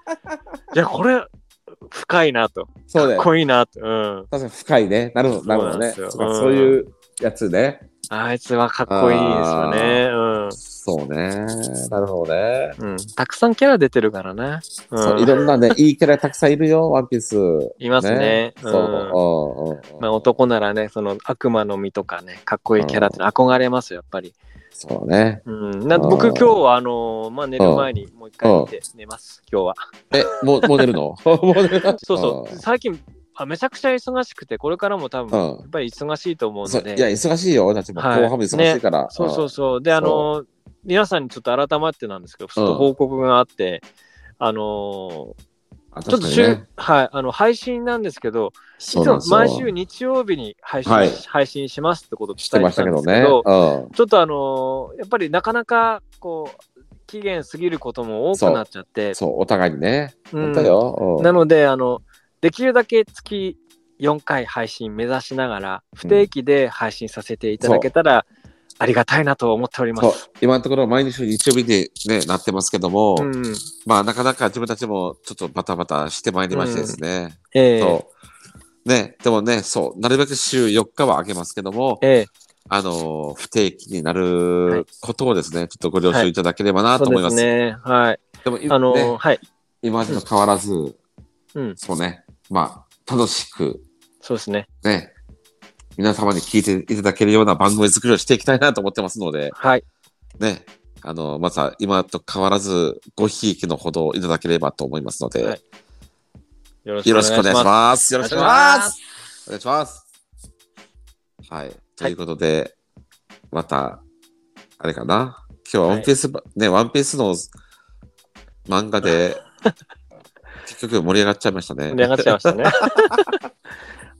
Speaker 1: いやこれ深いなと
Speaker 2: そうだ
Speaker 1: かっ
Speaker 2: よ
Speaker 1: こいいなと、うん、
Speaker 2: 確かに深いねなるほどなるほどね
Speaker 1: そうなんですよ
Speaker 2: そっか
Speaker 1: うん
Speaker 2: そういうやつね
Speaker 1: あいつはかっこいいですよね、うん
Speaker 2: そうねなるほどね
Speaker 1: うん、たくさんキャラ出てるからね、、
Speaker 2: そううんいろんなね いいキャラたくさんいるよワンピース
Speaker 1: いますねうん
Speaker 2: そううんうんうん
Speaker 1: まあ、男ならねその悪魔の実とかねかっこいいキャラって憧れますよやっぱり、
Speaker 2: そうね
Speaker 1: うん、なんで僕
Speaker 2: あ
Speaker 1: 今
Speaker 2: ー
Speaker 1: 日はあのーまあ、寝る前にもう一回見て寝ます今日は。
Speaker 2: えもうもう出る のもう出るの
Speaker 1: そうそう、最近あめちゃくちゃ忙しくて、これからも多分、
Speaker 2: う
Speaker 1: や
Speaker 2: ん
Speaker 1: っぱり忙しいと思う
Speaker 2: そ
Speaker 1: の
Speaker 2: ういや
Speaker 1: で、
Speaker 2: 忙しいよ俺たちも後
Speaker 1: はい
Speaker 2: 半も忙しいから
Speaker 1: そうそううんそう、で、あのー、皆さんにちょっと改まってなんですけど、ちょっと報告があって、あの
Speaker 2: あ
Speaker 1: ーちょっ
Speaker 2: 確
Speaker 1: と
Speaker 2: かに
Speaker 1: 週、
Speaker 2: ね
Speaker 1: はい、あの配信なんですけど、いつ
Speaker 2: そうなん
Speaker 1: も
Speaker 2: ですよ
Speaker 1: 毎週日曜日に配信,、
Speaker 2: はい
Speaker 1: 配信しますってことを
Speaker 2: 知って
Speaker 1: 伝え
Speaker 2: ま
Speaker 1: て
Speaker 2: した
Speaker 1: た
Speaker 2: け
Speaker 1: んで
Speaker 2: ど
Speaker 1: すけ
Speaker 2: ね
Speaker 1: ど、
Speaker 2: うん
Speaker 1: ちょっとあのーやっぱりなかなかこう、期限過ぎることも多くなっちゃって、
Speaker 2: そう、お互いにね。
Speaker 1: う
Speaker 2: 本
Speaker 1: ん
Speaker 2: 当よ。うん
Speaker 1: なのであのできるだけ月4回配信目指しながら不定期で配信させていただけたらありがたいなと思っておりま
Speaker 2: そう
Speaker 1: す。
Speaker 2: 今のところ毎日日曜日に、ね、なってますけども、
Speaker 1: うん
Speaker 2: まあなかなか自分たちもちょっとバタバタしてまいりましてですね。
Speaker 1: ええ
Speaker 2: そうね、でもね、そう、なるべく週4日は空けますけども、
Speaker 1: ええ
Speaker 2: あのー不定期にな
Speaker 1: はい
Speaker 2: ることをですね、ちょっとご了承いただければなと思い
Speaker 1: そうで
Speaker 2: ます。
Speaker 1: すね。はい。
Speaker 2: でも、い
Speaker 1: あのー
Speaker 2: ね、
Speaker 1: はい。
Speaker 2: 今までと変わらず、
Speaker 1: うん。
Speaker 2: そうね、まあ、楽しく、
Speaker 1: そうですね。
Speaker 2: ね、皆様に聞いていただけるような番組作りをしていきたいなと思ってますので、
Speaker 1: はい。
Speaker 2: ね、あの、まずは今と変わらず、ごひいきのほどいただければと思いますので、
Speaker 1: はいよろ
Speaker 2: よろしくお願いし
Speaker 1: す。
Speaker 2: ます。よろしくお願いします。お願いします。はい。ということで、また、あれかな。今日はワンピースば、ね、ワンピースの漫画 で、結局盛り上がっちゃいましたね。
Speaker 1: 盛り上がっちゃいましたね。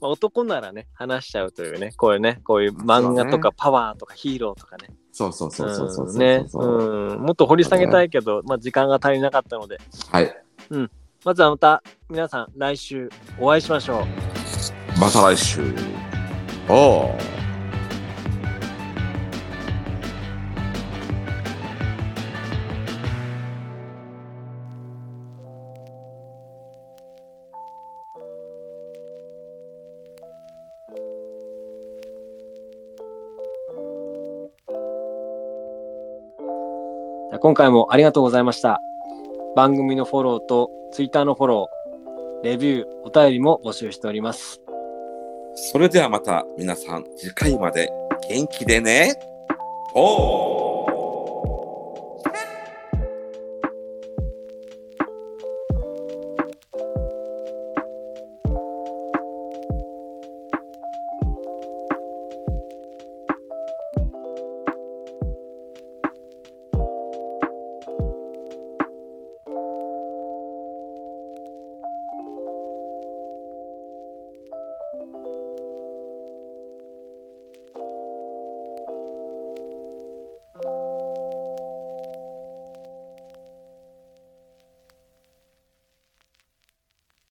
Speaker 1: まあ男ならね、話しちゃうというね、こういうね、こういう漫画とかパワーとかヒーローとかね。
Speaker 2: そうそうそうそうそうそううん
Speaker 1: ね
Speaker 2: そうそう
Speaker 1: うん。もっと掘り下げたいけど、まあ時間が足りなかったので、
Speaker 2: はい。
Speaker 1: まずはまた皆さん来週お会いしましょう。
Speaker 2: また来週。おー。
Speaker 1: じゃあ今回もありがとうございました。番組のフォローと Twitter のフォロー、レビュー、お便りも募集しております。
Speaker 2: それではまた皆さん次回まで元気でね。おー